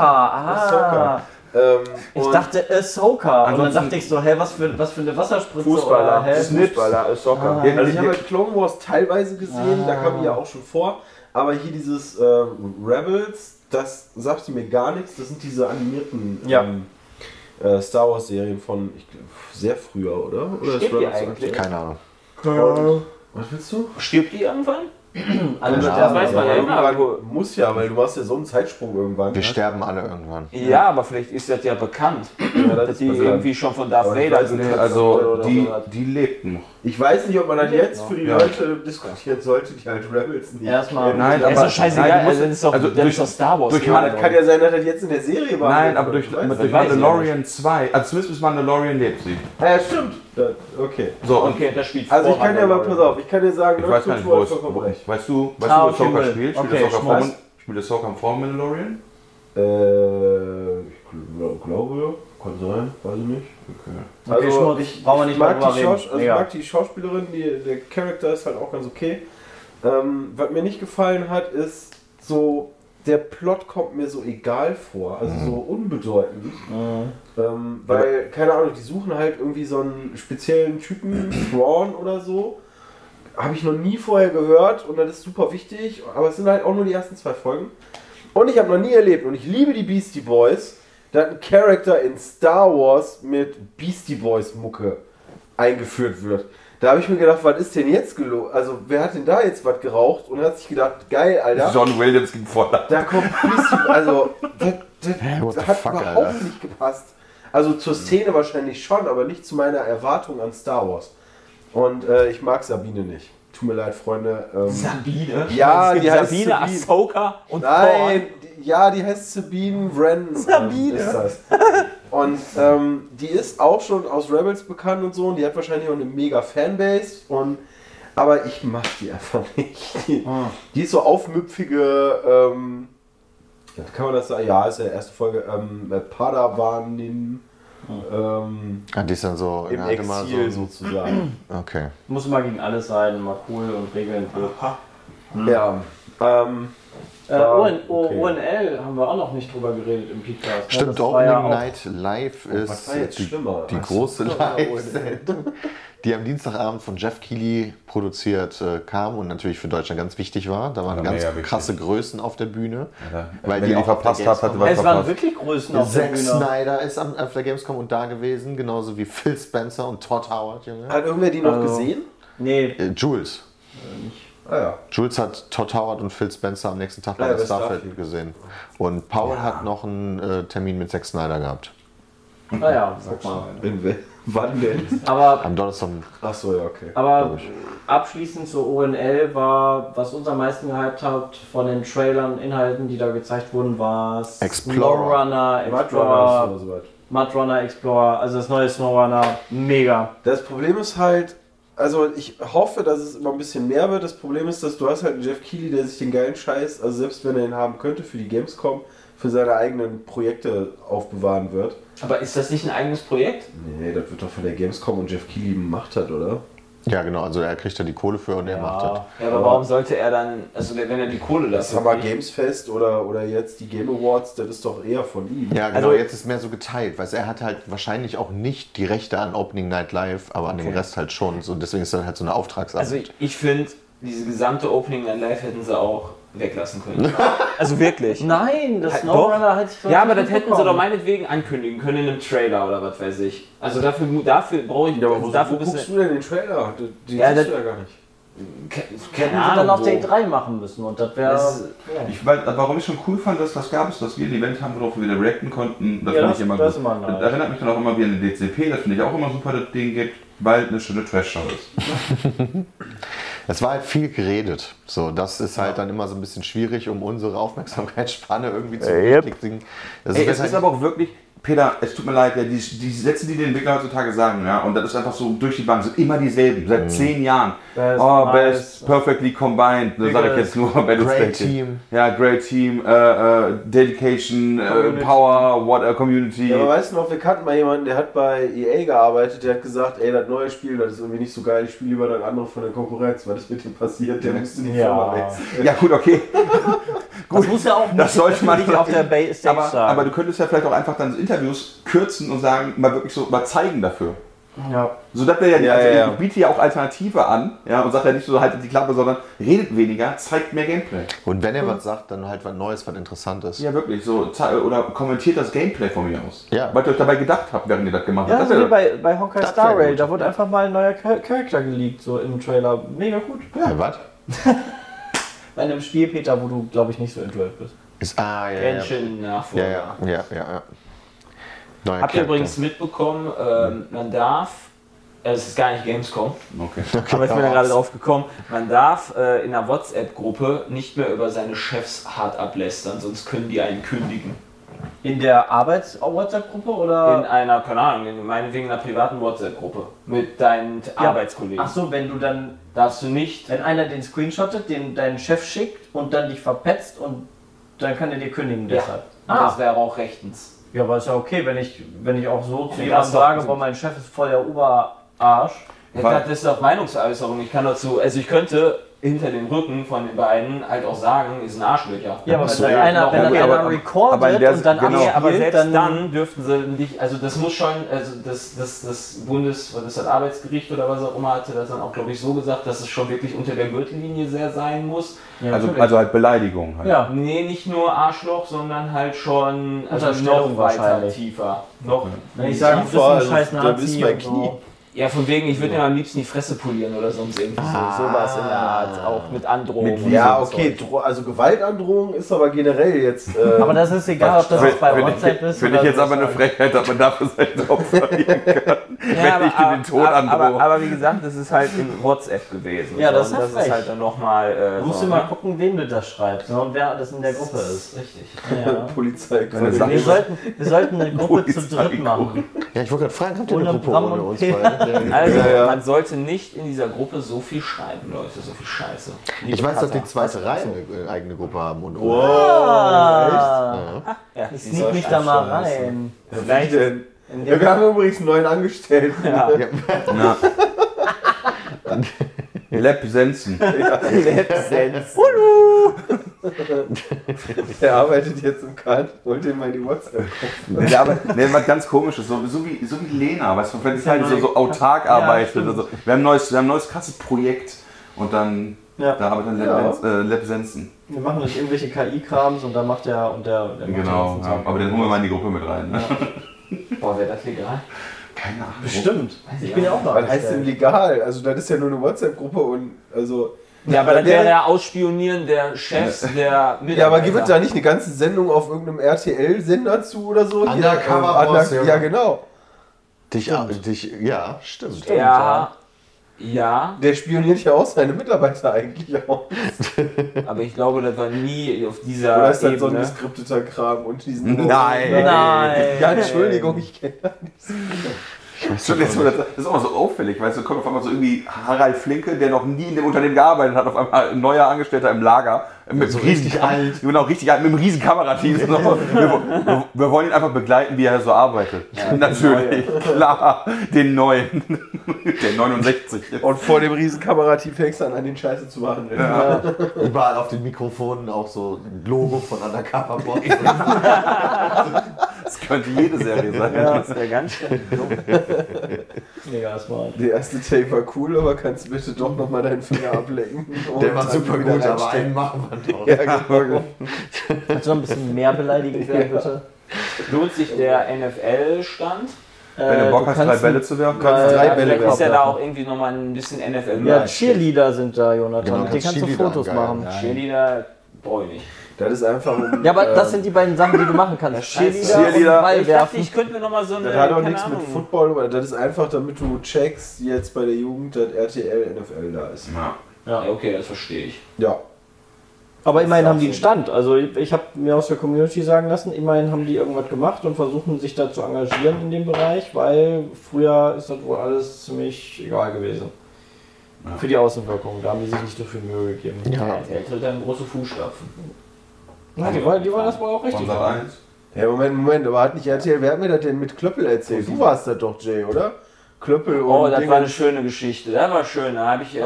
S2: (laughs)
S4: ah,
S2: Ahsoka. Ähm,
S4: ich
S2: und-
S4: dachte Ahsoka und dann
S5: Ansonsten-
S4: dachte ich so, hä, was für, was für eine Wasserspritze oder
S3: Fußballer,
S4: hä?
S3: Fußballer, Soccer.
S5: Ja,
S2: Also ich
S5: ja,
S2: habe halt Clone Wars teilweise gesehen, da kam die ja auch schon vor, aber hier dieses äh, Rebels, das sagt die mir gar nichts, das sind diese animierten
S4: Ja.
S2: ähm, äh, Star Wars Serien von ich glaub, sehr früher, oder? oder ist
S3: Steht die
S2: Rebels
S3: eigentlich?
S2: aktuell?
S1: Keine Ahnung.
S2: Was willst du?
S3: Stirbt die irgendwann? Also
S4: Alle
S1: Ja,
S4: sterben.
S3: weiß man
S4: aber-
S3: ja immer.
S2: irgendwann muss ja, weil du machst ja so einen Zeitsprung irgendwann.
S1: Wir sterben alle irgendwann.
S3: Ja, aber vielleicht ist das ja bekannt,
S2: Ja, das
S3: dass
S2: ist
S3: die
S2: bekannt.
S3: irgendwie schon von Darth
S2: Aber ich
S3: Vader
S2: weiß
S3: sind.
S2: nicht.
S5: Nee,
S2: Oder-
S5: also
S2: oder
S5: die,
S2: sowas.
S5: die lebt noch.
S2: Ich weiß nicht, ob man das jetzt für die
S5: Ja.
S2: Leute diskutieren sollte, die halt Rebels nicht.
S4: Erstmal-
S2: kennen.
S5: Nein,
S3: Ja, ist
S5: aber-
S3: doch scheißegal,
S5: nein, du musst-
S3: also, das ist doch,
S5: also
S3: das
S5: durch-
S3: ist doch Star Wars.
S5: durch-
S2: Ja, das kann ja sein, dass das jetzt in der Serie war.
S5: Nein, aber durch,
S2: Weißt
S5: durch
S2: du?
S3: weiß ich
S5: Mandalorian 2, also zumindest bis Mandalorian lebt sie.
S2: Ah, ja, stimmt. Das- Okay.
S5: So, und
S3: Okay, das spielt
S2: Also
S3: vor
S2: ich kann ja mal, pass auf, ich kann dir sagen,
S5: Ich weiß gar nicht, wo es.
S2: vollkommen recht.
S5: Weißt du, weißt
S4: Ah,
S5: du,
S4: okay,
S5: wo Soccer
S4: cool.
S5: spielt?
S4: Okay,
S5: Spielt das Soccer
S4: schmeiß.
S5: vor- spielt das Soccer vor Mandalorian?
S2: Äh, ich gl- glaube, kann sein, weiß ich nicht.
S5: Okay.
S4: Okay, Schmutz, brauchen wir nicht
S2: also mag
S4: mal drüber
S2: die, Schaus
S4: reden.
S2: also ich
S4: Mega.
S2: mag die Schauspielerin, die, der Charakter ist halt auch ganz okay. Ähm, was mir nicht gefallen hat, ist so der Plot kommt mir so egal vor, also
S5: Mhm.
S2: so unbedeutend. Ähm, weil, keine Ahnung, die suchen halt irgendwie so einen speziellen Typen, Thrawn oder so. Habe ich noch nie vorher gehört und das ist super wichtig, aber es sind halt auch nur die ersten zwei Folgen. Und ich habe noch nie erlebt und ich liebe die Beastie Boys. Da hat ein Charakter in Star Wars mit Beastie Boys Mucke eingeführt wird. Da habe ich mir gedacht, was ist denn jetzt gelogen? Also, wer hat denn da jetzt was geraucht und hat sich gedacht, geil, Alter.
S5: John Williams ging vorne.
S2: Da kommt Beastie Also, das, das
S1: what the
S2: hat
S1: fuck,
S2: überhaupt
S1: Alter? Hm.
S2: nicht gepasst. Also zur Szene wahrscheinlich schon, aber nicht zu meiner Erwartung an Star Wars. Und äh, ich mag Sabine nicht. Tut mir leid, Freunde. Ähm,
S3: Sabine?
S2: Ja,
S3: es gibt
S2: die heißt
S3: Sabine,
S2: Sabine.
S3: Ahsoka und
S2: nein, die- ja, die heißt Sabine Wren. Sabine. Ist das. Und ähm, die ist auch schon aus Rebels bekannt und so. Und die hat wahrscheinlich auch eine mega Fanbase. Und, aber ich mag die einfach (laughs) nicht. Die, die ist so aufmüpfige. Ähm, ja, kann man das sagen? Ja, ist ja erste Folge. Ähm, Padawanin. Ähm,
S1: Ah, die ist dann so.
S2: Im
S1: ja, hatte mal
S2: Exil
S1: so, (clears throat)
S2: sozusagen.
S1: okay.
S4: Muss mal gegen alles sein, mal cool und regeln.
S2: ja. Ähm,
S4: Äh,
S2: Ah,
S4: ON, o,
S2: okay.
S4: ONL haben wir auch noch nicht drüber geredet im Podcast. ne?
S1: Stimmt,
S4: Das war
S1: Opening
S4: ja auch-
S1: Night Live ist
S2: war ah, jetzt
S1: die,
S2: schlimmer?
S1: die
S2: Was?
S1: große
S2: Oder
S1: Live-Sendung, die am Dienstagabend von Jeff Keighley produziert äh, kam und natürlich für Deutschland ganz wichtig war. Da waren
S5: Ja,
S1: ganz
S5: mega wichtig.
S1: krasse Größen auf der Bühne.
S5: Wenn ihr die
S1: auch auf der
S5: verpasst habt, hat
S1: Gamescom-
S5: was
S4: Es waren
S5: verpasst.
S4: wirklich Größen auf der
S1: Zack
S4: Bühne.
S1: Snyder ist am, auf der Gamescom und da gewesen, genauso wie Phil Spencer und Todd Howard, Junge.
S2: Hat irgendwer die noch
S4: Also-
S2: gesehen?
S4: Nee,
S1: Äh, Jules.
S2: Ah ja.
S1: Jules hat Todd Howard und Phil Spencer am nächsten Tag bei
S2: Ja,
S1: der
S2: bei
S1: Starfield
S2: Starfield.
S1: gesehen. Und Paul hat noch einen äh, Termin mit Zack Snyder gehabt.
S4: naja, guck mal.
S2: Wenn wir, (laughs) wann denn?
S4: Aber,
S1: Am Donnerstag
S2: Achso, ja, okay.
S4: aber abschließend zur ONL war, was uns am meisten gehypt hat von den Trailern, Inhalten, die da gezeigt wurden, war
S1: Explorer.
S2: Mudrunner
S4: Snowrunner,
S2: ist
S4: Explorer,
S2: oder so weit.
S4: Mudrunner Explorer, also das neue Snowrunner, mega.
S2: Das Problem ist halt, also ich hoffe, dass es immer ein bisschen mehr wird. Das Problem ist, dass du hast halt einen Jeff Keighley, der sich den geilen Scheiß, also selbst wenn er ihn haben könnte für die Gamescom, für seine eigenen Projekte aufbewahren wird.
S3: Aber ist das nicht ein eigenes Projekt?
S2: Nee, das wird doch von der Gamescom und Jeff Keighley gemacht hat, oder?
S1: Ja, genau. Also er kriegt da die Kohle für und er macht das.
S3: Ja, aber warum sollte er dann, also wenn er die Kohle
S2: Das
S3: lässt?
S2: Summer Games Fest oder, oder jetzt die Game Awards, das ist doch eher von ihm.
S1: Ja, genau.
S3: Also-
S1: jetzt ist mehr so geteilt, weil er hat halt wahrscheinlich auch nicht die Rechte an Opening Night Live, aber an dem
S3: Okay.
S1: Rest halt schon. So, deswegen ist das halt so eine Auftragsarbeit.
S3: Also ich, ich finde, diese gesamte Opening Night Live hätten sie auch weglassen können. also wirklich.
S4: Nein, das
S3: Halt,
S4: Snowrunner hatte ich doch
S3: Ja,
S4: nicht
S3: aber das hätten sie
S4: mitbekommen.
S3: doch meinetwegen ankündigen können in einem Trailer oder was weiß ich. Also dafür, mu- dafür brauche ich, also
S2: Ja, aber wo,
S3: dafür
S2: wo guckst
S3: bist
S2: du denn den Trailer? Den, den
S3: Ja,
S2: siehst
S3: das-
S2: du ja gar nicht.
S3: du, Ke- keine
S4: Hätten sie dann
S3: Ahnung
S4: auf
S3: wo.
S4: Day 3 machen müssen und das wäre.
S3: Das-
S5: Ich weiß, warum ich schon cool fand, dass das gab, ist, dass wir ein Event haben, worauf wir reacten konnten. Das
S4: Ja,
S5: fand
S4: das-
S5: ich immer
S4: das
S5: gut.
S4: ist immer nice.
S5: Das erinnert mich dann auch immer wieder an den DCP, das finde ich auch immer super, dass es den gibt, weil eine schöne Trash-Show ist.
S1: es war halt viel geredet. So, das ist halt dann immer so ein bisschen schwierig, um unsere Aufmerksamkeitsspanne irgendwie zu kriegen. Das
S5: Ey, es
S1: halt-
S5: ist aber auch wirklich, Peter, es tut mir leid, ja, die, die Sätze, die die Entwickler heutzutage sagen, ja, und das ist einfach so durch die Bank, sind immer dieselben, seit zehn Jahren.
S4: Best,
S5: oh,
S4: nice.
S5: best, perfectly combined, das sage ich jetzt nur. wenn es
S1: Great
S5: recht ist.
S1: team.
S5: Ja, great team, äh, äh, dedication, äh,
S2: Community.
S5: power, what a community.
S2: Ja, aber weißt du noch, wir kannten mal jemanden, der hat bei EA gearbeitet, der hat gesagt, ey, das neue Spiel, das ist irgendwie nicht so geil, ich spiele lieber das andere von der Konkurrenz, was ist mit dem passiert, der müsste die
S4: Ja.
S2: Firma wechseln.
S5: ja gut, okay.
S4: das muss ja auch nicht
S5: Das sollte man
S4: unbedingt auf der Bay Stage
S5: (laughs) aber,
S4: sagen.
S5: aber du könntest ja vielleicht auch einfach dann so Interviews kürzen und sagen, mal wirklich so mal zeigen dafür.
S4: ja.
S5: So, das wäre ja, die-
S2: Ja,
S5: also,
S2: ja, ja.
S5: ich biete ja auch Alternative an ja, und sagt ja nicht so, haltet die Klappe, sondern redet weniger, zeigt mehr Gameplay.
S1: Und wenn er was sagt, dann halt was Neues, was Interessantes.
S5: Ja, wirklich, so, zei- oder kommentiert das Gameplay von mir aus.
S1: Ja.
S5: Was ihr euch dabei gedacht habt, während ihr das gemacht
S4: Ja,
S5: habt.
S4: so wie
S5: wäre-
S4: bei, bei Honkai
S1: das
S4: Star
S1: wär
S4: Rail,
S1: gut.
S4: da wurde einfach mal ein neuer Char- Charakter geleakt, so im Trailer. Mega gut.
S1: Äh, was?
S4: Bei einem Spiel, Peter, wo du, glaube ich, nicht so intuit bist.
S1: Ist, ah, ja, ja.
S3: Genshin
S1: Ja,
S3: Nachfolger.
S1: ja, ja, ja, ja. Neuer
S3: Habt
S1: Charakter.
S3: ihr übrigens mitbekommen, ähm, man darf, äh, es ist gar nicht Gamescom,
S5: Okay.
S3: (laughs) aber ich bin da
S1: raus.
S3: gerade drauf gekommen, man darf äh, in einer WhatsApp-Gruppe nicht mehr über seine Chefs hart ablästern, sonst können die einen kündigen.
S4: In der Arbeits-WhatsApp-Gruppe
S3: In
S4: oder?
S3: einer, keine Ahnung, in meinetwegen einer privaten WhatsApp-Gruppe mit deinen Arbeitskollegen.
S4: Ach so, wenn du dann,
S3: Darfst du nicht.
S4: wenn einer den screenshottet, den deinen Chef schickt und dann dich verpetzt und dann kann er dir kündigen deshalb.
S3: Ah. Das wäre auch rechtens.
S4: Ja, aber ist ja okay, wenn ich, wenn ich auch so zu
S3: Ja,
S4: jemandem
S3: das ist doch-
S4: sage, boah, mein Chef ist voll der Oberarsch.
S3: Ja, das ist doch Meinungsäußerung. Ich kann dazu, also ich könnte hinter dem Rücken von den beiden halt auch sagen, ist ein Arschlöcher.
S4: Ja, aber
S3: Weil
S4: wenn
S3: da
S4: einer,
S3: noch-
S4: wenn
S5: gut,
S4: einer
S5: aber-
S4: recordet
S5: aber in der-
S4: und dann
S5: genau.
S3: Nee, aber
S4: abspielt,
S3: selbst
S4: dann,
S3: dann, dürften sie nicht, also das muss schon, also das, das, das Bundes, was ist das Arbeitsgericht oder was auch immer, hatte das dann auch, glaube ich, so gesagt, dass es schon wirklich unter der Gürtellinie sehr sein muss.
S4: Ja,
S5: Also,
S4: natürlich.
S5: also halt Beleidigung halt.
S4: ja.
S3: Nee, nicht nur Arschloch, sondern halt schon also
S4: Unterstellung
S3: noch weiter
S4: wahrscheinlich.
S3: tiefer. Noch.
S4: Wenn ich sage, du bist
S1: Vor-
S4: ein scheiß
S1: da bist
S4: Nazi
S1: mein
S4: und
S1: Knie.
S4: so.
S3: Ja, von wegen, ich würde mir am liebsten die Fresse polieren oder sonst irgendwie so, Ah, sowas in der Art, auch mit Androhung. und
S2: Oh, Ja,
S3: so
S2: okay,
S3: Zeug.
S2: Dro also Gewaltandrohung ist aber generell jetzt. äh,
S4: Aber das ist egal, ob das jetzt bei
S5: Finde ich,
S4: WhatsApp ist
S5: finde ich
S4: oder
S5: jetzt
S4: so.
S5: aber eine Frechheit, dass man dafür (laughs) sein Opfer liegen kann, wenn
S3: Ja,
S5: ich dir den Tod
S3: aber, aber,
S5: androhe.
S3: aber wie gesagt, das ist halt in WhatsApp gewesen.
S4: Ja,
S3: so,
S4: das ist
S3: und das
S4: frech.
S3: ist halt dann nochmal. Äh,
S4: Du
S3: so,
S4: musst
S3: ne?
S4: immer gucken, wem du das schreibst ne, und wer das in der
S3: (laughs)
S4: Gruppe ist.
S3: Richtig.
S4: Ja.
S2: Polizei.
S5: Wenn du sagst-
S4: Wir, sollten, wir sollten eine Gruppe zu dritt machen.
S1: Ja, ich wollte gerade fragen, habt ihr eine
S4: Ohne
S1: Gruppe
S4: Bram
S1: ohne
S4: und
S1: uns
S4: Peter.
S1: beide? Ja.
S3: Also,
S5: Ja, ja.
S3: man sollte nicht in dieser Gruppe so viel schreiben, Leute, so viel Scheiße.
S1: Ich weiß, dass die zweite Reihe eine äh, eigene Gruppe haben und
S4: Ah,
S3: Ja,
S4: ich sneak mich da mal rein.
S2: Vielleicht denn? Ja, wir haben übrigens einen neuen Angestellten.
S3: Ja.
S2: (laughs)
S1: Ja.
S5: Na. (laughs) Lepp Sensen.
S2: (laughs) Der arbeitet jetzt im Kart. Holt ihn mal in die WhatsApp.
S5: Ja, aber ne, was ganz komisches, so, so, wie, so wie Lena, weißt du, wenn sie halt so, so autark arbeitet oder so. Wir haben, ein neues, wir haben ein neues krasses Projekt und dann,
S4: Ja.
S5: da arbeitet
S2: Ja.
S5: dann Lepp, äh, Lepp Sensen.
S4: Wir machen durch irgendwelche KI-Krams und dann macht der und der. der macht
S5: Genau,
S4: den ganzen
S5: ja.
S4: Tag.
S5: aber den holen wir mal in die Gruppe mit rein. Ne?
S3: Boah, wäre das legal?
S5: Keine Ahnung.
S4: Bestimmt. Ich bin ja auch noch
S2: Was heißt denn
S4: angestellt.
S2: legal? Also, das ist ja nur eine WhatsApp-Gruppe und. Also,
S3: Ja, aber
S2: Dann
S3: das
S2: wäre-
S3: wäre ja Ausspionieren der Chefs, der Mitarbeiter.
S2: ja, aber gibt es da nicht eine ganze Sendung auf irgendeinem RTL-Sender zu oder so?
S1: Undercover
S2: ja, äh,
S1: Boss,
S2: under,
S1: ja.
S2: ja, genau.
S1: Dich, ah, dich, ja, stimmt.
S3: Ja, ja,
S2: Der spioniert ja auch seine Mitarbeiter eigentlich auch.
S3: aber ich glaube, das war nie auf dieser
S2: Oder ist das so ein
S3: Ebene.
S2: geskripteter Kram und diesen.
S5: Nein.
S4: ne? Nein.
S2: Ja, Entschuldigung, ich kenne.
S5: Stimmt, jetzt, wo das das ist auch mal so auffällig, weißt du, kommt auf einmal so irgendwie Harald Flinke, der noch nie in dem Unternehmen gearbeitet hat, auf einmal ein neuer Angestellter im Lager. äh, Mit
S1: So
S5: einem riesen-
S1: richtig alt.
S5: Genau, richtig alt, mit einem riesen Kamerateam. So, wir, wir, wir wollen ihn einfach begleiten, wie er so arbeitet. Natürlich, klar, den neuen. (laughs) Der 69.
S2: Und vor dem riesen Kamerateam fängst du an, an den Scheiße zu machen.
S1: Überall auf den Mikrofonen auch so ein Logo von Undercover (laughs) Boss.
S5: Das könnte jede Serie sein.
S3: wäre ganz schön.
S4: Mega smart.
S2: Der erste Tape war cool, aber kannst du bitte doch nochmal deinen Finger ablenken?
S1: Der war
S2: Und
S1: super
S2: wieder
S1: gut, aber
S2: reinstecken.
S1: einen machen wir drauf.
S2: Ja, genau.
S4: Kannst du noch ein bisschen
S3: (laughs)
S4: mehr beleidigend werden, bitte?
S3: Lohnt sich der NFL-Stand?
S5: Wenn du
S4: Äh,
S5: Bock hast, drei
S4: kannst
S5: Bälle zu werfen,
S4: Äh,
S5: kannst du drei
S3: Ja,
S5: Bälle
S3: vielleicht ist ja
S5: werfen.
S3: da auch irgendwie nochmal ein bisschen NFL
S4: Ja,
S3: möglich.
S4: Cheerleader sind da, Jonathan.
S1: Genau,
S4: Mit denen kannst du
S1: Cheerleader,
S4: Fotos
S1: geil.
S4: machen.
S3: Cheerleader brauche ich nicht.
S2: Das ist einfach. um,
S4: Ja, aber
S2: ähm,
S4: das sind die beiden Sachen, die du machen kannst. Cheerleader,
S5: Cheerleader.
S4: und Ball
S3: Ich dachte,
S4: werfen.
S3: ich könnte mir nochmal so eine.
S2: Das hat auch
S3: keine
S2: nichts mit
S3: Ahnung.
S2: Football, oder das ist einfach, damit du checkst, jetzt bei der Jugend, dass RTL NFL da ist.
S5: Ja.
S3: Ja, okay, das verstehe ich.
S2: Ja.
S4: Aber immerhin haben die einen Stand. Also ich, ich habe mir aus der Community sagen lassen, immerhin haben die irgendwas gemacht und versuchen sich da zu engagieren in dem Bereich, weil früher ist das wohl alles ziemlich egal gewesen. Für die Außenwirkung, da haben die sich nicht so viel Mühe gegeben.
S1: Ja.
S3: RTL tritt da in große halt Fußstapfen.
S4: Nein, die, wollen, die wollen das wohl auch richtig.
S5: Von Sat
S4: machen.
S5: 1.
S2: Ja, Moment, Moment, aber hat nicht RTL, wer hat mir das denn mit Klöppel erzählt? Du warst das doch, Jay, oder? Klöppel und.
S3: Oh, das
S2: Ding-
S3: war eine schöne Geschichte. Das war schön. Da habe ich, äh,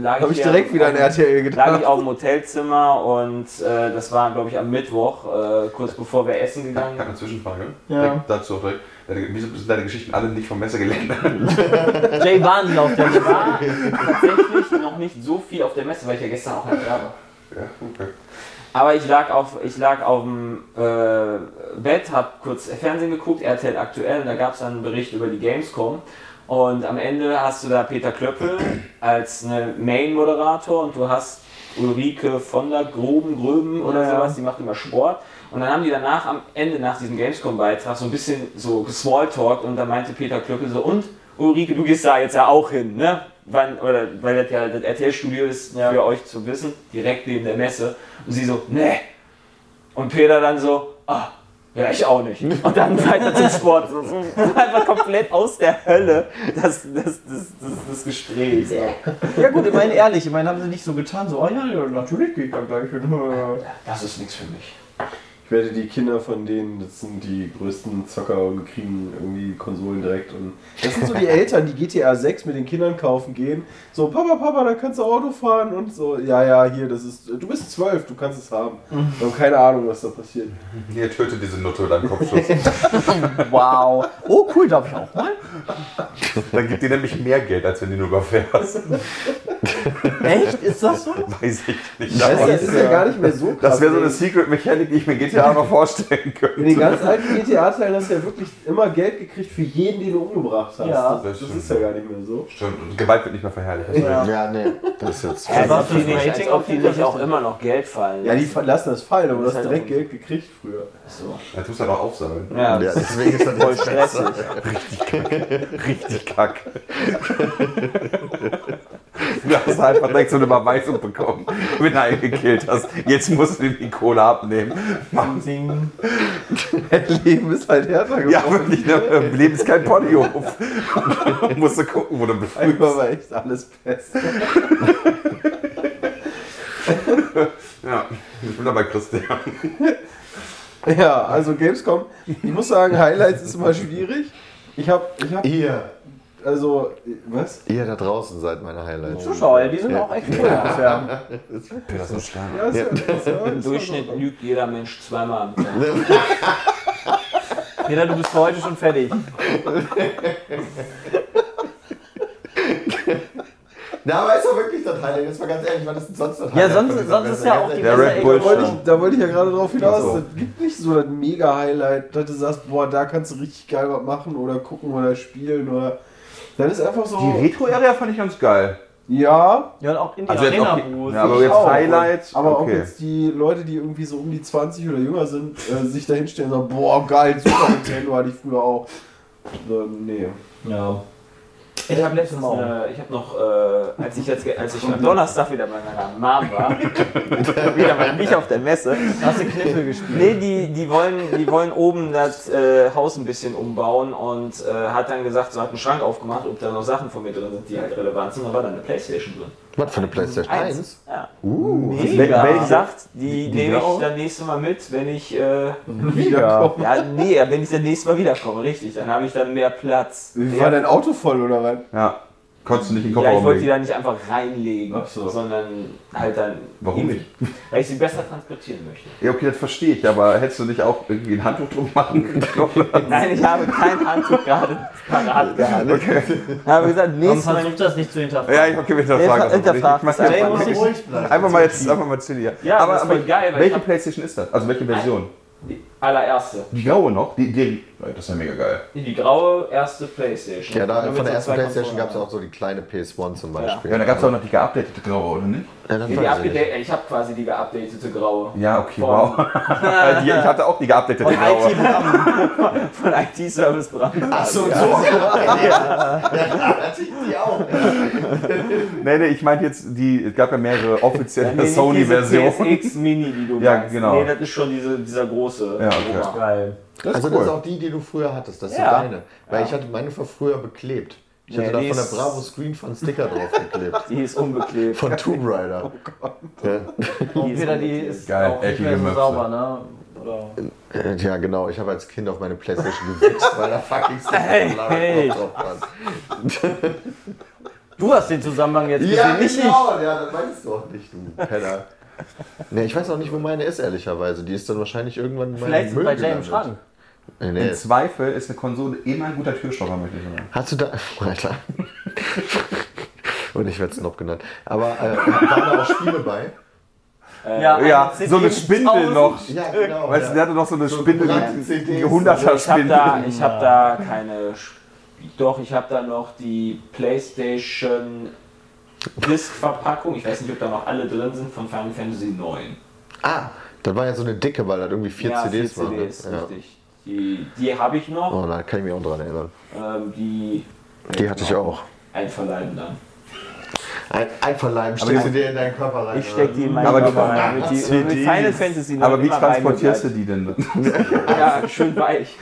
S3: lag
S2: Hab ich
S3: hier-
S2: direkt wieder an RTL
S3: Lag
S2: gedacht.
S3: ich auf dem Hotelzimmer und äh, das war, glaube ich, am Mittwoch, äh, kurz bevor wir essen
S5: Ich
S2: (laughs)
S3: gegangen
S5: habe eine Zwischenfrage.
S4: Ja.
S5: Direkt Dazu auch direkt. Deine- Wieso sind deine Geschichten alle nicht vom (laughs) Messergelände?
S4: Jay Warnlauf, auf der
S3: Ich war tatsächlich noch nicht so viel auf der Messe, weil ich ja gestern auch nicht da war.
S5: Ja, okay.
S3: Aber ich lag auf, ich lag auf dem äh, Bett, hab kurz Fernsehen geguckt, RTL aktuell, und da gab es dann einen Bericht über die Gamescom. Und am Ende hast du da Peter Klöppel als ne Main-Moderator und du hast Ulrike von der Gruben, Gröben oder
S4: Ja.
S3: sowas, die macht immer Sport. Und dann haben die danach am Ende, nach diesem Gamescom-Beitrag, so ein bisschen so gesmalltalkt und da meinte Peter Klöppel so, und Ulrike, du gehst da jetzt ja auch hin, ne? Wann, oder, weil das ja das RTL-Studio ist, für euch zu wissen, direkt neben der Messe. Und sie so, ne. Und Peter dann so, ah, ja, ich auch nicht. Und dann (laughs) weiter zum Sport. So, so, Einfach komplett aus der Hölle, das, das, das, das, das Gespräch.
S4: Ja gut, ich meine ehrlich, ich meine, haben sie nicht so getan, so, oh ja, ja natürlich gehe ich da gleich hin.
S3: Das ist nichts für mich.
S5: Ich
S2: Ich werde die Kinder von denen, das sind die größten Zocker und kriegen irgendwie Konsolen direkt. Und das sind so
S3: (laughs)
S2: die Eltern, die GTA 6 mit den Kindern kaufen gehen. So, Papa, Papa, da kannst du Auto fahren und so, ja, ja, hier, das ist. Du bist zwölf, du kannst es haben.
S3: Mhm.
S2: Wir haben keine Ahnung, was da passiert.
S5: Ihr tötet diese Nutte mit einem (laughs) Kopfschuss.
S4: Wow. Oh, cool, darf ich auch mal?
S5: Dann gibt dir nämlich mehr Geld, als wenn du ihn überfährst.
S4: Echt? Ist das so?
S5: Weiß ich nicht.
S2: Das
S5: aber-
S2: ist, ja, ist ja gar nicht mehr so (laughs) krass.
S5: Das wäre so eine
S2: ey.
S5: Secret-Mechanik, die ich mir GTA noch vorstellen
S2: In den
S5: könnte.
S2: ganz alten GTA-Teilen hast du ja wirklich immer Geld gekriegt für jeden, den du umgebracht hast.
S4: Ja.
S2: das, das
S5: Das
S2: ist ja gar nicht mehr so.
S5: Stimmt, und Gewalt wird nicht mehr verherrlicht.
S4: Ja.
S1: Ja, nee, das ist jetzt.
S3: Als ob Also die
S4: das
S3: nicht, als ob
S4: Rating
S3: die
S4: auf jeden
S3: nicht
S4: Fall
S3: auch immer noch Geld fallen.
S2: Ja, die fa- lassen das fallen, aber du
S3: Das
S2: hast
S3: ist halt
S2: direkt
S3: auch-
S2: Geld gekriegt früher.
S3: so.
S5: Jetzt muss er noch aufsammeln.
S3: Ja,
S1: Ja,
S3: das ist
S1: deswegen ist das
S3: voll
S1: jetzt besser.
S3: stressig.
S5: Richtig kack. Du hast einfach direkt so eine Überweisung bekommen, wenn du einen gekillt hast. Jetzt musst du ihm die Kohle abnehmen.
S3: (laughs)
S4: Ding.
S2: Dein Leben ist halt härter geworden. (laughs)
S5: Ja, wirklich, ne? Im Leben ist kein Ponyhof. musst du gucken, wo du
S2: Einmal
S5: befrügst.
S2: war echt alles best.
S5: Ja, ich bin dabei Christian.
S2: Ja, also Gamescom, ich muss sagen, Highlights ist immer schwierig. Ich hab, ich hab,
S1: Ihr,
S2: also, was?
S1: ihr da draußen seid meine Highlights.
S4: Zuschauer, die sind auch echt cool bisher.
S5: Das ist ein Stern.
S2: Ja, ist ja,
S3: (laughs)
S2: ist ja,
S3: Im
S2: ist ja
S3: Durchschnitt
S2: so.
S3: lügt jeder Mensch zweimal am Tag.
S4: Peter, du bist für heute schon fertig.
S1: Na, aber ist doch wirklich das Highlight. Jetzt mal ganz ehrlich, was ist denn sonst das
S4: Ja,
S1: Highlight?
S4: sonst,
S1: von dieser
S4: sonst ist
S1: Messe?
S4: ja
S1: Ganz
S4: auch die
S1: ehrlich.
S5: Der
S4: Messe
S5: Red
S4: echt
S5: Bull
S2: Wollte
S4: cool.
S2: ich, da wollte ich ja gerade drauf hinaus.
S5: Ach so.
S2: Es gibt nicht so das Mega-Highlight, dass du sagst, boah, da kannst du richtig geil was machen oder gucken oder spielen oder. Dann ist einfach so.
S5: Die Retro-Area fand ich ganz geil.
S2: ja,
S4: Ja, und auch in die
S5: Also jetzt
S4: Arena
S5: auch-
S4: Booth.
S5: Ja, aber jetzt
S2: auch.
S5: Highlights.
S2: aber auch
S5: okay.
S2: jetzt die Leute, die irgendwie so um die 20 oder jünger sind, äh, sich da hinstellen und sagen, boah, geil, Super Nintendo hatte ich früher auch. So, nee.
S4: Ja.
S3: Ich habe letztens, äh, ich habe noch, äh, als ich jetzt, ge- als ich am Donnerstag wieder bei meiner Mom war, wieder mal nicht auf der Messe.
S4: Hast du Kniffel gespielt?
S3: Nee, die, die, wollen, die wollen oben das äh, Haus ein bisschen umbauen und äh, hat dann gesagt, so hat einen Schrank aufgemacht, ob da noch Sachen von mir drin sind, die halt relevant sind. Da war dann eine Playstation drin.
S1: Was für eine PlayStation 1?
S3: Ja.
S1: Uh,
S5: Wel-
S3: Wie
S5: welche-
S3: gesagt, die
S5: die
S3: nehme ich
S5: auch?
S3: dann nächste Mal mit, wenn ich, äh,
S2: Mega.
S3: ja, nee, wenn ich dann nächstes Mal wiederkomme, richtig. Dann habe ich dann mehr Platz.
S2: Wie
S3: Ja.
S2: war dein Auto voll oder was?
S5: Ja. Konntest du nicht in den Kopf
S3: Ja, ich wollte die da nicht einfach reinlegen,
S2: Ach so.
S3: sondern halt dann.
S5: Warum
S3: in-
S5: nicht?
S3: Weil ich sie besser transportieren möchte.
S5: Ja, okay, das verstehe ich, aber hättest du nicht auch irgendwie ein Handtuch drum machen können?
S3: (laughs) Nein, ich habe keinen Handtuch gerade parat gehabt.
S5: Okay.
S3: Ich habe gesagt,
S4: Komm,
S3: nächstes Mal.
S4: versuch das nicht zu hinterfragen.
S5: (laughs) Ja, ich okay, wir hinterfragen. das aber nicht.
S3: Hinterfragt
S5: also Ich
S3: das
S5: mach jetzt
S3: aber.
S5: mal-
S3: Ey,
S1: ruhig bleiben.
S5: Einfach mal jetzt, einfach mal chill hier.
S3: Ja, das ist voll geil, weil ich
S5: welche
S3: hab-
S5: Playstation ist das? Also welche Version?
S3: Die allererste.
S5: Die graue noch? Die, die, Leute, das ist ja mega geil.
S3: Die graue erste Playstation.
S1: Ja, da,
S3: Damit
S1: von
S3: so
S1: der ersten
S3: zwei
S1: Playstation
S3: Konsolen
S1: gab es
S3: haben.
S1: auch so die kleine PS1 zum Beispiel.
S5: Ja, da gab es auch noch die geupdatete graue, oder nicht?
S1: Ja, dann
S3: Die,
S1: weiß ich
S3: abgeda-
S1: nicht.
S3: ich habe quasi die geupdatete graue.
S5: Ja, okay,
S3: Von-
S5: wow. (laughs) die, ich hatte auch die geupdatete
S3: Von
S5: graue.
S3: IT-Programm. (laughs) Von IT-Service dran.
S1: Ach so, so. Ja, ja natürlich die auch.
S5: Nee, nee, ich meinte jetzt, die, es gab ja mehrere offizielle Sony-Versionen.
S3: PSX Mini, die du
S5: Ja,
S3: meinst.
S5: genau.
S3: Nee, das ist schon diese, dieser große.
S5: Ja, okay.
S3: Oma.
S4: Geil.
S5: Das
S1: Also das ist auch die, die du früher hattest, das ist
S3: Ja.
S1: deine. Weil ich hatte meine von früher beklebt. Ich hatte
S3: Nee,
S1: da
S3: die
S1: von der
S3: ist-
S1: Bravo Screen von Sticker drauf geklebt.
S3: Die ist unbeklebt.
S1: Von Tomb Raider.
S4: Und Oh, Peter, die ist
S5: Geil,
S4: auch nicht
S5: eckige
S4: mehr so
S5: Möpse.
S4: sauber, ne? Oder
S1: Äh, Ja genau, ich habe als Kind auf meine Playstation gewichst, weil da fucking Sticker von Lara
S4: hey.
S1: Croft drauf waren.
S4: du hast den Zusammenhang jetzt gesehen,
S1: Ja,
S4: nicht ich.
S1: genau. Ja, das weißt du auch nicht, du Penner. Nee, ich weiß auch nicht, wo meine ist, ehrlicherweise. Die ist dann wahrscheinlich irgendwann in meinem
S4: Vielleicht
S1: Müll
S4: ist bei Jay im
S1: gelandet. Äh,
S4: Schrank.
S1: Nee,
S5: Im
S1: nee.
S5: Zweifel ist eine Konsole immer ein guter Türstopper, möchte ich sagen.
S1: Hast du da... (laughs) Alter. Und ich werde Snob genannt. Aber äh, waren da auch Spiele bei?
S5: Oh Ja,
S4: eine CD
S5: so eine
S4: mit
S5: Spindel
S4: 1000.
S5: noch.
S1: Ja, genau.
S5: Weißt du, der
S1: ja.
S5: hatte noch so eine Spindel,
S1: gebrannte
S5: die, die
S1: CDs.
S5: 100er
S3: Ich habe
S5: Spindel.
S3: da, ich hab da keine. Sch- Doch, ich habe da noch die PlayStation Disc-Verpackung. Ich weiß nicht, ob da noch alle drin sind von Final Fantasy 9.
S1: Ah, das war ja so eine dicke, weil das irgendwie vier CDs waren. Ne?
S3: CDs,
S1: Ja.
S3: richtig. Die, die habe ich noch.
S1: Oh, da kann ich mich auch dran erinnern.
S3: Ähm, die
S1: Die hatte ich auch.
S3: einverleiben dann.
S1: Ein, einverleiben,
S5: die-
S1: steckst du dir in deinen Körper rein.
S3: Ich stecke die in meinen
S5: Aber die-
S3: Körper rein. Mit, die, mit
S5: CDs.
S3: Final Fantasy 9
S5: Aber wie
S3: immer
S5: transportierst du
S4: Ah,
S3: rein
S5: die denn?
S3: (laughs) bleibt. Ja, schön weich.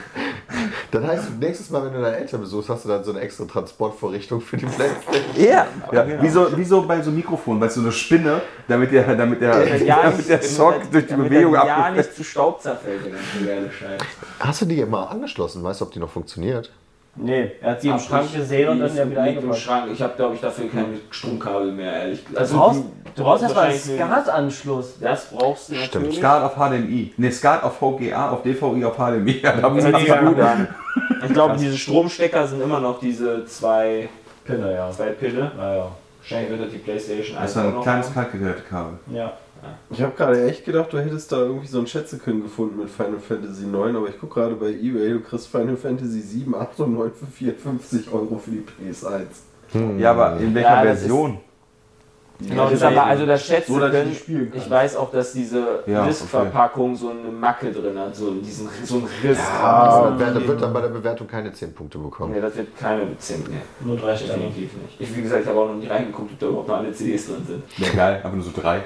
S1: Dann heißt es, nächstes Mal, wenn du deine Eltern besuchst, hast du dann so eine extra Transportvorrichtung für die Playstation.
S5: Ja, ja. Wie, so, wie so bei so Mikrofon, weißt du, so eine Spinne, damit der, damit der,
S3: Damit er Äh, ja
S5: damit
S3: nicht-
S5: der Schock durch die
S3: damit er
S5: Bewegung
S3: Ja,
S5: ab.
S3: nicht zu Staub zerfällt, der ganze geile Scheiß.
S1: Hast du die immer angeschlossen? Weißt du, ob die noch funktioniert?
S4: Nee, er hat sie im Schrank
S3: Ich-
S4: gesehen und dann
S3: die
S4: ja wieder
S3: liegt im
S4: eingepackt.
S3: Schrank. Ich habe, glaube ich, dafür kein Stromkabel mehr, ehrlich gesagt.
S4: Du brauchst,
S3: Also die-
S4: du brauchst erstmal einen
S3: wahrscheinlich-
S4: SCART-Anschluss.
S3: Das brauchst du natürlich.
S5: Skat auf HDMI. Ne, Skat auf VGA, auf DVI, auf HDMI. Ja, da muss man
S3: Mega
S5: sagen.
S3: gut an. Ich glaube, diese Stromstecker sind immer noch diese zwei,
S4: Pinne, ja.
S3: zwei Pinne.
S4: Naja.
S3: Wahrscheinlich wird das die Playstation 1
S5: Das war
S3: auch
S5: ein
S3: noch
S5: kleines
S3: haben.
S5: Kaltgerätekabel.
S4: Ja.
S2: Ich habe gerade echt gedacht, du hättest da irgendwie so ein Schätzekünd gefunden mit Final Fantasy 9, aber ich guck gerade bei eBay, du kriegst Final Fantasy 7, 8 und 9 für 54 Euro für die PS1.
S5: Ja, aber in welcher
S3: Hm. Ja, das
S5: Version?
S2: Die
S3: Genau, das
S2: Leute-
S3: aber, also das schätzen
S2: so, dass ich die
S3: können.
S2: spielen kann.
S3: Ich weiß auch, dass diese
S5: Ja,
S3: Diskverpackung so eine Macke drin hat, so diesen, so einen Riss.
S1: Ah, wer- wird dann bei der Bewertung keine 10 Punkte bekommen.
S3: Nee, das wird keine 10 mehr.
S4: Nur drei Sterne.
S3: Definitiv nicht. Ich, wie gesagt, ich habe auch noch nicht reingeguckt, ob da überhaupt noch alle CDs drin sind. (laughs)
S5: Ja, geil, aber nur so drei.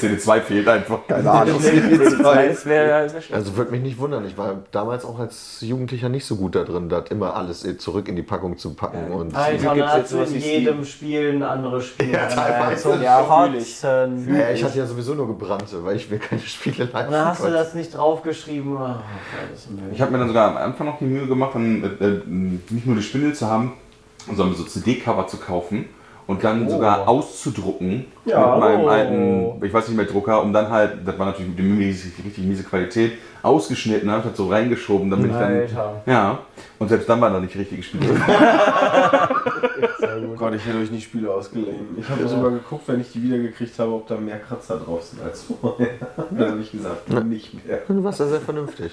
S5: CD2 fehlt einfach, keine Ahnung. (laughs)
S3: Das wäre
S1: Also würde mich nicht wundern. Ich war damals auch als Jugendlicher nicht so gut da drin, das immer alles zurück in die Packung zu packen. Und
S3: Zum Glück
S4: Alter,
S3: gibt's
S4: dann
S3: jetzt
S4: hat
S3: sowas
S4: in
S3: wie
S4: jedem Spiel ein anderes Spiel.
S1: Ja, teilweise.
S4: so
S3: Ja,
S4: Kotzen. Und
S1: Naja, Äh, ich hatte ja sowieso nur gebrannte, weil ich mir keine Spiele leisten
S4: dann hast du
S1: konnte.
S4: das nicht draufgeschrieben. Oh, das ist
S5: Ich habe mir dann sogar am Anfang noch die Mühe gemacht, dann, äh, äh, nicht nur die Spindel zu haben, sondern so CD-Cover zu kaufen und dann sogar auszudrucken
S4: Oh. Ja.
S5: mit meinem
S4: Oh.
S5: alten, ich weiß nicht mehr, Drucker, um dann halt, das war natürlich mit dem richtig, richtig miese Qualität, ausgeschnitten, habe ich das so reingeschoben, damit ich dann.
S4: Alter.
S5: Ja, und selbst dann war da nicht richtig gespielt.
S2: Oh Gott, ich hätte euch nicht Spiele ausgeliehen. Ich habe sogar geguckt, wenn ich die wiedergekriegt habe, ob da mehr Kratzer drauf sind als vorher. (laughs) Dann habe ich gesagt, nicht mehr.
S1: Du warst da sehr vernünftig.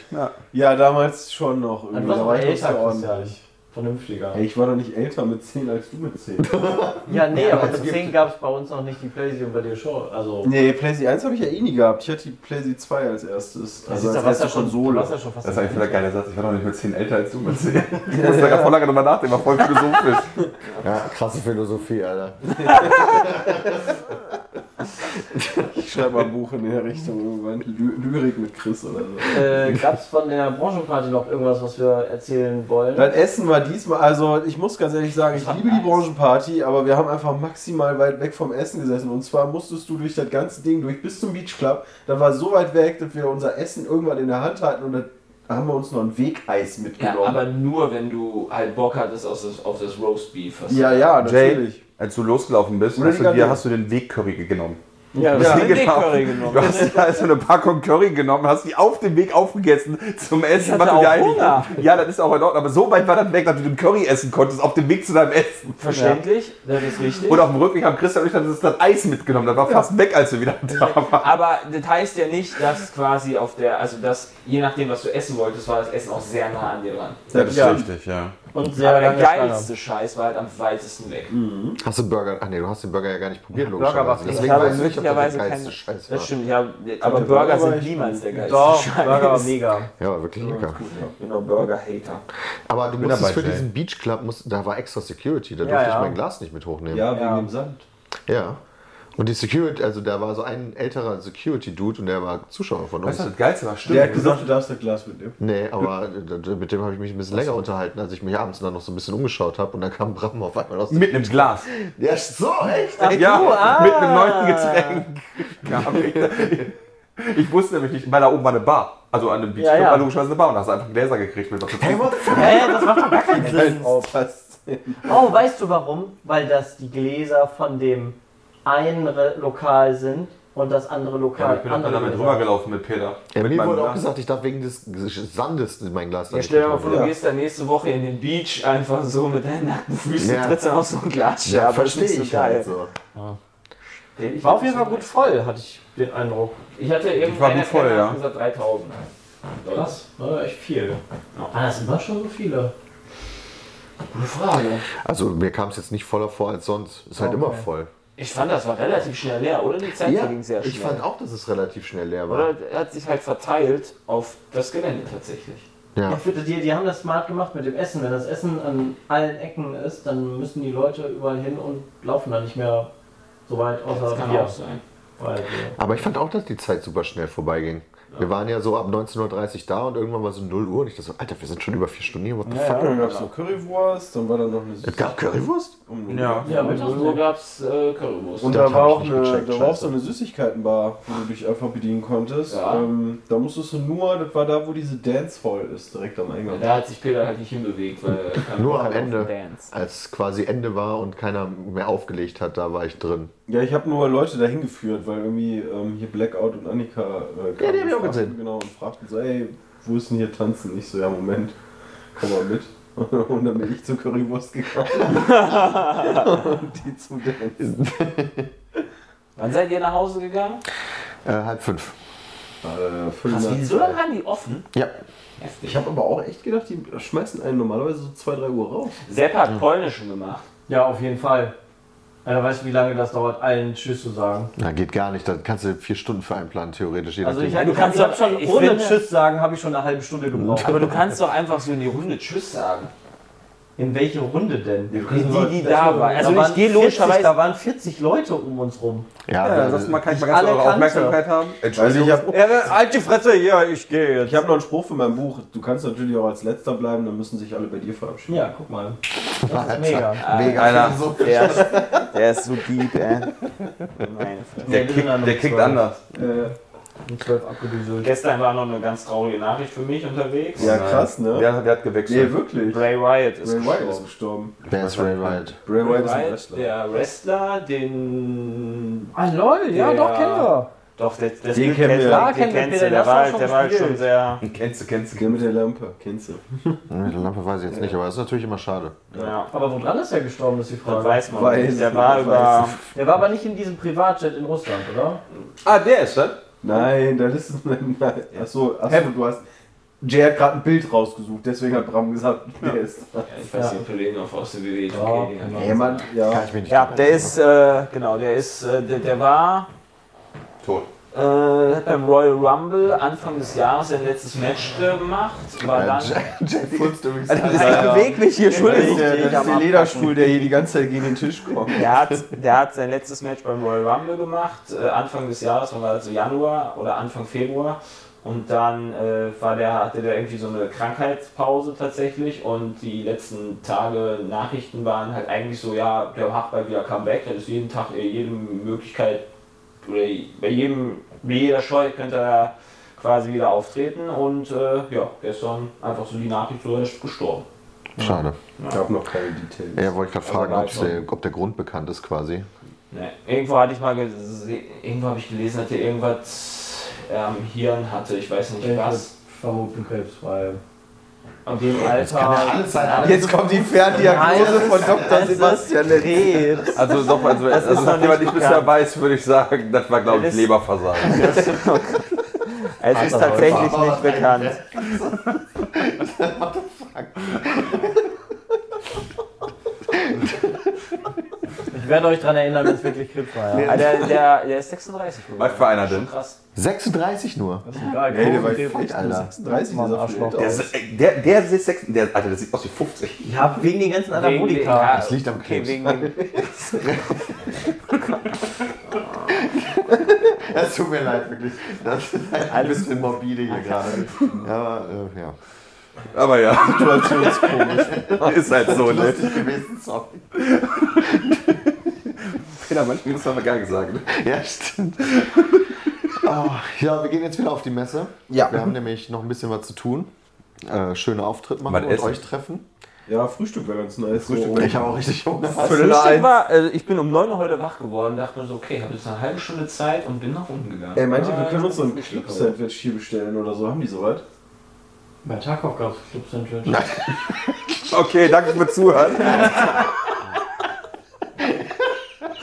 S2: Ja, damals schon noch.
S4: Du
S2: Irgendwie.
S4: warst
S2: Da
S4: aber
S2: war ich noch
S4: Also, älter,
S2: so
S4: Christian.
S2: ordentlich.
S4: Vernünftiger.
S2: Ey, ich war doch nicht älter mit 10 als du mit 10.
S4: Ja, nee, aber
S1: es
S4: mit
S1: gibt-
S4: 10 gab es bei uns noch nicht die Playstation bei dir schon. Also,
S2: nee, PlayStation 1 habe ich ja eh nie gehabt. Ich hatte die PlayStation 2 als erstes. Also
S4: da siehst du,
S2: als
S4: warst
S2: erste
S4: ja du warst ja schon fast
S5: Das ist eigentlich voll der geile Satz. Ich war doch nicht mit 10 älter als du mit 10.
S4: (laughs)
S5: Ich muss da gerade voll lange drüber nachdenken, war voll philosophisch.
S1: Ja, krasse Philosophie, Alter.
S2: Ich schreibe mal ein Buch in der Richtung irgendwann. Ly Lyrik mit Chris oder so.
S4: Äh, gab es von der Branchenparty noch irgendwas, was wir erzählen wollen?
S2: Dein Essen war diesmal, also ich muss ganz ehrlich sagen, ich liebe die Branchenparty, aber wir haben einfach maximal weit weg vom Essen gesessen. Und zwar musstest du durch das ganze Ding durch bis zum Beach Club. Da war so weit weg, dass wir unser Essen irgendwann in der Hand hatten und dann haben wir uns noch ein Wegeis
S3: Ja,
S2: mitgenommen.
S3: aber nur, wenn du halt Bock hattest auf das, auf das Roast Beef. was-
S2: ja, ja,
S5: Jay,
S2: natürlich.
S5: als du losgelaufen bist,
S2: Oder
S5: hast
S2: die
S5: du, dir,
S2: Gardinen.
S5: hast du den Wegcurry genommen.
S4: Ja,
S5: das
S4: haben
S5: Ding
S4: den
S5: gekauft.
S4: Curry genommen.
S5: Du hast dir also eine Packung Curry genommen, hast die auf dem Weg aufgegessen zum Essen.
S3: hatte
S5: was du
S3: auch
S5: dir eigentlich-
S3: Hunger.
S5: Ja, das ist auch in Ordnung. Aber so weit war das weg, dass du den Curry essen konntest auf dem Weg zu deinem Essen.
S3: Verständlich, das ist richtig.
S5: Und auf dem Rückweg haben Christian und ich dann das Eis mitgenommen. Das war fast weg, als wir wieder da waren.
S3: aber das heißt ja nicht, dass quasi auf der, also dass je nachdem, was du essen wolltest, war das Essen auch sehr nah an dir dran.
S2: das ist Ja.
S5: richtig, ja.
S4: Und
S3: aber
S4: sehr
S3: der
S4: lange Schlange.
S3: geilste Scheiß war halt am weitesten weg.
S1: Hast du Burger? Ach nee, du hast den Burger ja gar nicht probiert,
S4: Burger war-
S1: logischerweise.
S4: ich
S1: Deswegen
S3: habe
S1: weiß ich nicht, ob das
S3: möglicherweise
S1: der geilste
S3: keine-
S1: Scheiß war.
S3: Das stimmt, ja, aber Burger sind niemals der geilste
S4: Doch,
S5: (laughs)
S3: Scheiß.
S4: Burger war mega.
S1: Ja, war wirklich lecker.
S3: Ich bin doch Burger-Hater.
S1: Aber du
S5: bin
S1: musstest
S5: dabei,
S1: für
S5: Jay.
S1: diesen Beach Club, musst, da war extra Security, da
S4: Ja,
S1: durfte
S4: ja.
S1: ich mein Glas nicht mit hochnehmen.
S2: Ja, wegen
S4: Ja.
S2: dem Sand.
S1: Ja. Und die Security, also da war so ein älterer Security-Dude und der war Zuschauer von uns.
S5: Weißt du, das Geilste war, stimmt.
S2: Der hat gesagt, du darfst das Glas mitnehmen.
S1: Nee, aber d- mit dem habe ich mich ein bisschen länger unterhalten, als ich mich abends dann noch so ein bisschen umgeschaut habe und dann kam Bram auf einmal aus dem.
S5: mit einem Glas.
S1: Ja, so, echt?
S5: ja, mit einem neuen Getränk. Ja, aber ich- ich wusste nämlich nicht, weil da oben war eine Bar. Also an dem Beach
S4: Ja,
S5: Club
S4: ja.
S5: war logischerweise eine Bar und da hast du einfach Gläser gekriegt mit was dazu.
S4: Hä, das macht doch gar keinen Sinn.
S2: Oh, passt.
S4: Oh, weißt du warum? Weil das die Gläser von dem einen Re- Lokal sind und das andere
S5: Ja,
S4: Lokal
S5: ich bin auch
S4: andere
S5: damit
S4: Gläser.
S5: rübergelaufen mit Peter.
S1: Ja,
S5: Mit
S1: mir
S5: meinem
S1: wurde auch
S5: Glas.
S1: gesagt, ich darf wegen des Sandes mein Glas da
S3: Ja,
S1: nicht
S3: stell dir mal vor,
S1: mitnehmen.
S3: du
S2: Ja.
S3: gehst dann nächste Woche in den Beach einfach so mit deinen nackten Füßen
S1: Ja.
S3: trittst dann auf so ein Glas.
S1: ja, verstehe ich halt so.
S3: Ich
S4: War auf jeden Fall gut voll, hatte ich den Eindruck.
S3: Ich hatte
S5: Ich war
S3: irgendwann
S5: gut voll, ja.
S3: gesagt 3000.
S4: Krass, war echt viel. Ah, das sind doch schon so viele.
S3: Gute Frage.
S1: Also mir kam es jetzt nicht voller vor als sonst. Ist halt immer voll.
S3: Ich fand, das war relativ schnell leer, oder? Die Zeit ging sehr schnell.
S1: ich fand auch, dass es relativ schnell leer war.
S3: oder er hat sich halt verteilt auf das Gelände tatsächlich.
S1: Ja.
S4: Ja. für die, die haben das smart gemacht mit dem Essen. Wenn das Essen an allen Ecken ist, dann müssen die Leute überall hin und laufen da nicht mehr so weit außer
S3: Das kann
S4: wir.
S3: auch sein.
S4: Weil wir-
S1: Aber ich fand auch, dass die Zeit super schnell vorbeiging. Wir waren ja so ab 19.30 Uhr da und irgendwann war so 0 Uhr und ich dachte so, Alter, wir sind schon über vier Stunden hier, what
S3: Äh,
S1: the fuck?
S2: Ja, dann gab es noch Currywurst, dann war da noch eine
S1: Es
S2: süße
S1: gab Currywurst?
S2: um
S5: Ja.
S3: Ja, mit Uso gab es äh, Currywurst.
S2: Und
S1: Das
S2: da
S1: hab
S2: war,
S1: ich
S2: auch
S1: nicht
S2: eine,
S1: gecheckt,
S2: da war auch
S1: scheiße.
S2: so eine Süßigkeitenbar, wo du dich einfach bedienen konntest.
S3: Ja.
S2: Ähm, da musstest du nur, das war da, wo diese Dancehall ist, direkt am Eingang.
S3: Da hat sich Peter halt nicht hinbewegt, weil er keinen
S1: Nur
S3: Bock
S1: am
S3: hat auf
S1: Ende.
S3: den Dance.
S1: Als quasi Ende war und keiner mehr aufgelegt hat, da war ich drin.
S2: Ja, ich habe nur Leute dahin geführt, weil irgendwie ähm, hier Blackout und Annika. Äh, kamen
S1: die hab ich auch
S2: und fragten-
S1: gesehen.
S2: Genau, und fragten so, ey, wo ist denn hier Tanzen? Ich so, ja, Moment, komm mal mit. (laughs) Und dann bin ich zur
S1: (laughs)
S2: Currywurst gegangen. und die zum Dancen.
S3: Wann seid ihr nach Hause gegangen?
S1: Äh, halb fünf.
S2: Äh,
S3: Was,
S2: nach
S3: wie so lange
S2: zwei.
S3: waren die offen?
S1: Ja.
S3: Heftig.
S2: ich habe aber auch echt gedacht, die schmeißen einen normalerweise so 2, 3 Uhr raus.
S3: Sepp hat
S2: (laughs)
S3: polnischen gemacht.
S4: Ja, auf jeden Fall. Alter, weißt du, wie lange das dauert, allen Tschüss zu sagen?
S1: Na, geht gar nicht. Dann kannst du vier Stunden für einen Plan, theoretisch. je
S3: Also ich
S1: nachdem.
S3: Du kannst
S4: ich
S3: doch-
S4: hab schon
S3: ich
S4: ohne
S3: finde-
S4: Tschüss sagen, habe ich schon eine halbe Stunde gebraucht.
S3: Aber du kannst doch einfach so in die Runde Tschüss sagen.
S4: In welche Runde denn?
S3: Die, die, die da war. Also ich gehe
S4: Da
S3: logischerweise.
S4: waren 40 Leute um uns rum.
S1: ja,
S5: Ja,
S1: weil-
S5: dann sagst du mal, kann ich mal ganz
S4: Alle
S5: eure
S4: kannte.
S5: Aufmerksamkeit haben?
S2: Also ich habe
S4: Ja, alte Fresse, ja, ich gehe
S2: ich hab noch einen Spruch für mein Buch. Du kannst natürlich auch als Letzter bleiben, dann müssen sich alle bei dir verabschieden.
S4: Ja, guck mal. Das ist mega.
S1: mega.
S5: Einer.
S1: so.
S5: Der ist, der ist so deep, ey. Der kickt, der kickt anders.
S2: Äh,
S4: Um 12 abgedüselt.
S3: Gestern war noch eine ganz traurige Nachricht für mich unterwegs.
S2: ja, krass, ne?
S5: Der, der hat gewechselt.
S2: Nee, wirklich.
S3: Bray Wyatt ist
S2: Bray Wyatt ist
S3: gestorben.
S2: gestorben.
S1: Wer ist Ray Wright?
S2: Bray Wyatt ist ein
S3: Wyatt,
S2: Wrestler.
S3: der Wrestler, den.
S4: Ah, lol,
S3: ja, doch, kennen wir. Doch, der, der
S2: Den
S3: Bild
S2: kennen
S3: kennst
S2: wir.
S3: du,
S2: Ja,
S3: den
S4: kennen wir,
S3: kennst
S4: Peter,
S3: du, der
S4: das
S3: war
S4: war
S3: halt,
S4: schon
S3: der war halt schon
S4: gespielt.
S3: sehr.
S5: Kennst du, kennst du,
S2: Der
S5: kennst
S2: mit der Lampe, kennst du.
S1: Mit der Hm, Lampe weiß ich jetzt nicht, aber das ist natürlich immer schade.
S3: Ja,
S4: Aber woran ist er gestorben, ist die
S3: das
S4: Frage.
S3: weiß man.
S2: Weiß,
S3: nicht. der war
S2: weiß.
S3: über.
S4: Der war aber nicht in diesem Privatjet in Russland, oder?
S5: du? Ah, der ist das?
S2: Nein, das ist. (laughs) Nein, nein. Achso, achso, du hast. Jay hat gerade ein Bild rausgesucht, deswegen hat Bram gesagt, der ist.
S3: Ja, ich weiß den Kollegen auf aus dem WWE.
S4: Ja,
S3: Okay,
S4: genau.
S2: Ey, Mann,
S1: Kann
S2: ja.
S1: ich mir nicht
S3: Ja, der ist, äh, genau, der ist, äh, der, der war
S5: Tot.
S3: äh, hat beim Royal Rumble Anfang des Jahres sein letztes Match äh, gemacht, war dann, Äh,
S1: Jay furzt übrigens.
S3: Also-
S5: Das ist echt beweglich hier,
S2: Das
S5: Entschuldigung.
S2: ist der,
S3: Ich
S2: das
S3: am
S2: ist der
S3: Abpacken.
S2: Lederstuhl, der hier die ganze Zeit gegen den Tisch kommt.
S3: der hat, der hat sein letztes Match beim Royal Rumble gemacht, äh, Anfang des Jahres, wann war das so Januar oder Anfang Februar und dann äh, war der, hatte der irgendwie so eine Krankheitspause tatsächlich und die letzten Tage Nachrichten waren halt eigentlich so, ja, der macht bald wieder Comeback, der ist jeden Tag, äh, jede Möglichkeit oder bei jedem, bei jeder Scheu könnte er quasi wieder auftreten und äh, ja, gestern einfach so die Nachricht, so er ist gestorben.
S1: Schade.
S2: Ich habe noch keine Details.
S1: Ja, wollte ich gerade fragen,
S3: war
S1: ob's
S3: schon.
S1: der, ob der Grund bekannt ist quasi.
S3: Ne, irgendwo hatte ich mal gesehen, irgendwo habe ich gelesen, dass er irgendwas am Hirn hatte, ich weiß nicht was.
S4: Vermuten Krebs, weil.
S3: Und dem Alter.
S1: sein.
S2: Jetzt kommt die Ferndiagnose von Dr. Sebastian Krebs.
S5: Also, doch, also, also nachdem man nicht bisher weiß, würde ich sagen, das war, glaube
S3: Das
S5: ich,
S3: ist-
S5: Leberversagen.
S3: (laughs) Es ist tatsächlich nicht bekannt.
S4: Ich werde euch daran erinnern, wenn es wirklich Krebs war. Ja.
S3: Ah, Der, der, der ist 36 geworden.
S5: Was für einer
S3: Schon
S5: denn?
S3: Krass.
S1: 36 nur.
S4: Egal,
S2: Ey, der war
S4: Krebs.
S2: fett, Alter. 36
S4: Mann,
S2: dieser
S4: Arschloch.
S2: Arschloch.
S5: Der, ist- der, der, sieht sechs- der, Alter, der sieht aus wie 50.
S4: Ja, wegen den ganzen
S3: Wegen den-
S4: Anabolika.
S1: Das liegt am
S3: okay,
S1: Krebs.
S3: Wegen dem,
S1: Es tut mir leid, wirklich. Das ist ein bisschen morbide hier gerade. Ja, aber, äh, ja.
S5: Aber ja,
S2: Situationskomisch.
S5: (laughs) ist halt so, ne?
S1: Lustig gewesen, sorry.
S5: Peter, Genau, manchmal muss man gar nicht ne? sagen.
S1: Ja, (laughs) stimmt. Oh, ja, wir gehen jetzt wieder auf die Messe.
S5: Ja.
S1: Wir haben nämlich noch ein bisschen was zu tun. Äh, schönen Auftritt machen
S5: Was
S1: und
S5: essen?
S1: euch treffen. Oh.
S2: Ja, Frühstück wäre ganz nice.
S5: Frühstück
S1: Ich habe auch richtig Hunger. (laughs)
S5: Viertel
S3: Frühstück
S5: eins.
S3: war, also ich bin um 9 Uhr heute wach geworden, dachte mir so, okay, habe jetzt eine halbe Stunde Zeit und bin nach unten gegangen.
S2: Ey, meint ihr, wir
S3: Ah,
S2: können uns so ein
S3: Frühstück.
S2: Club-Sandwich hier bestellen oder so? Haben die sowas?
S4: Bei Tarkov gab es Club-Sandwich.
S5: Okay, danke fürs
S2: (laughs)
S5: Zuhören.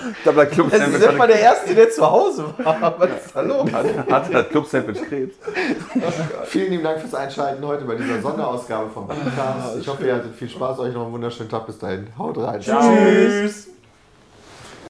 S5: Ich glaube, das Club Sandwich hat,
S2: der Erste, der zu Hause war. Was ist da los?
S5: hat das Club Sandwich Krebs.
S1: Vielen lieben Dank fürs Einschalten heute bei dieser Sonderausgabe vom Podcast. Ich hoffe, ihr hattet viel Spaß. Euch noch einen wunderschönen Tag. Bis dahin. Haut rein.
S3: Ciao. Tschüss.
S2: Tschüss.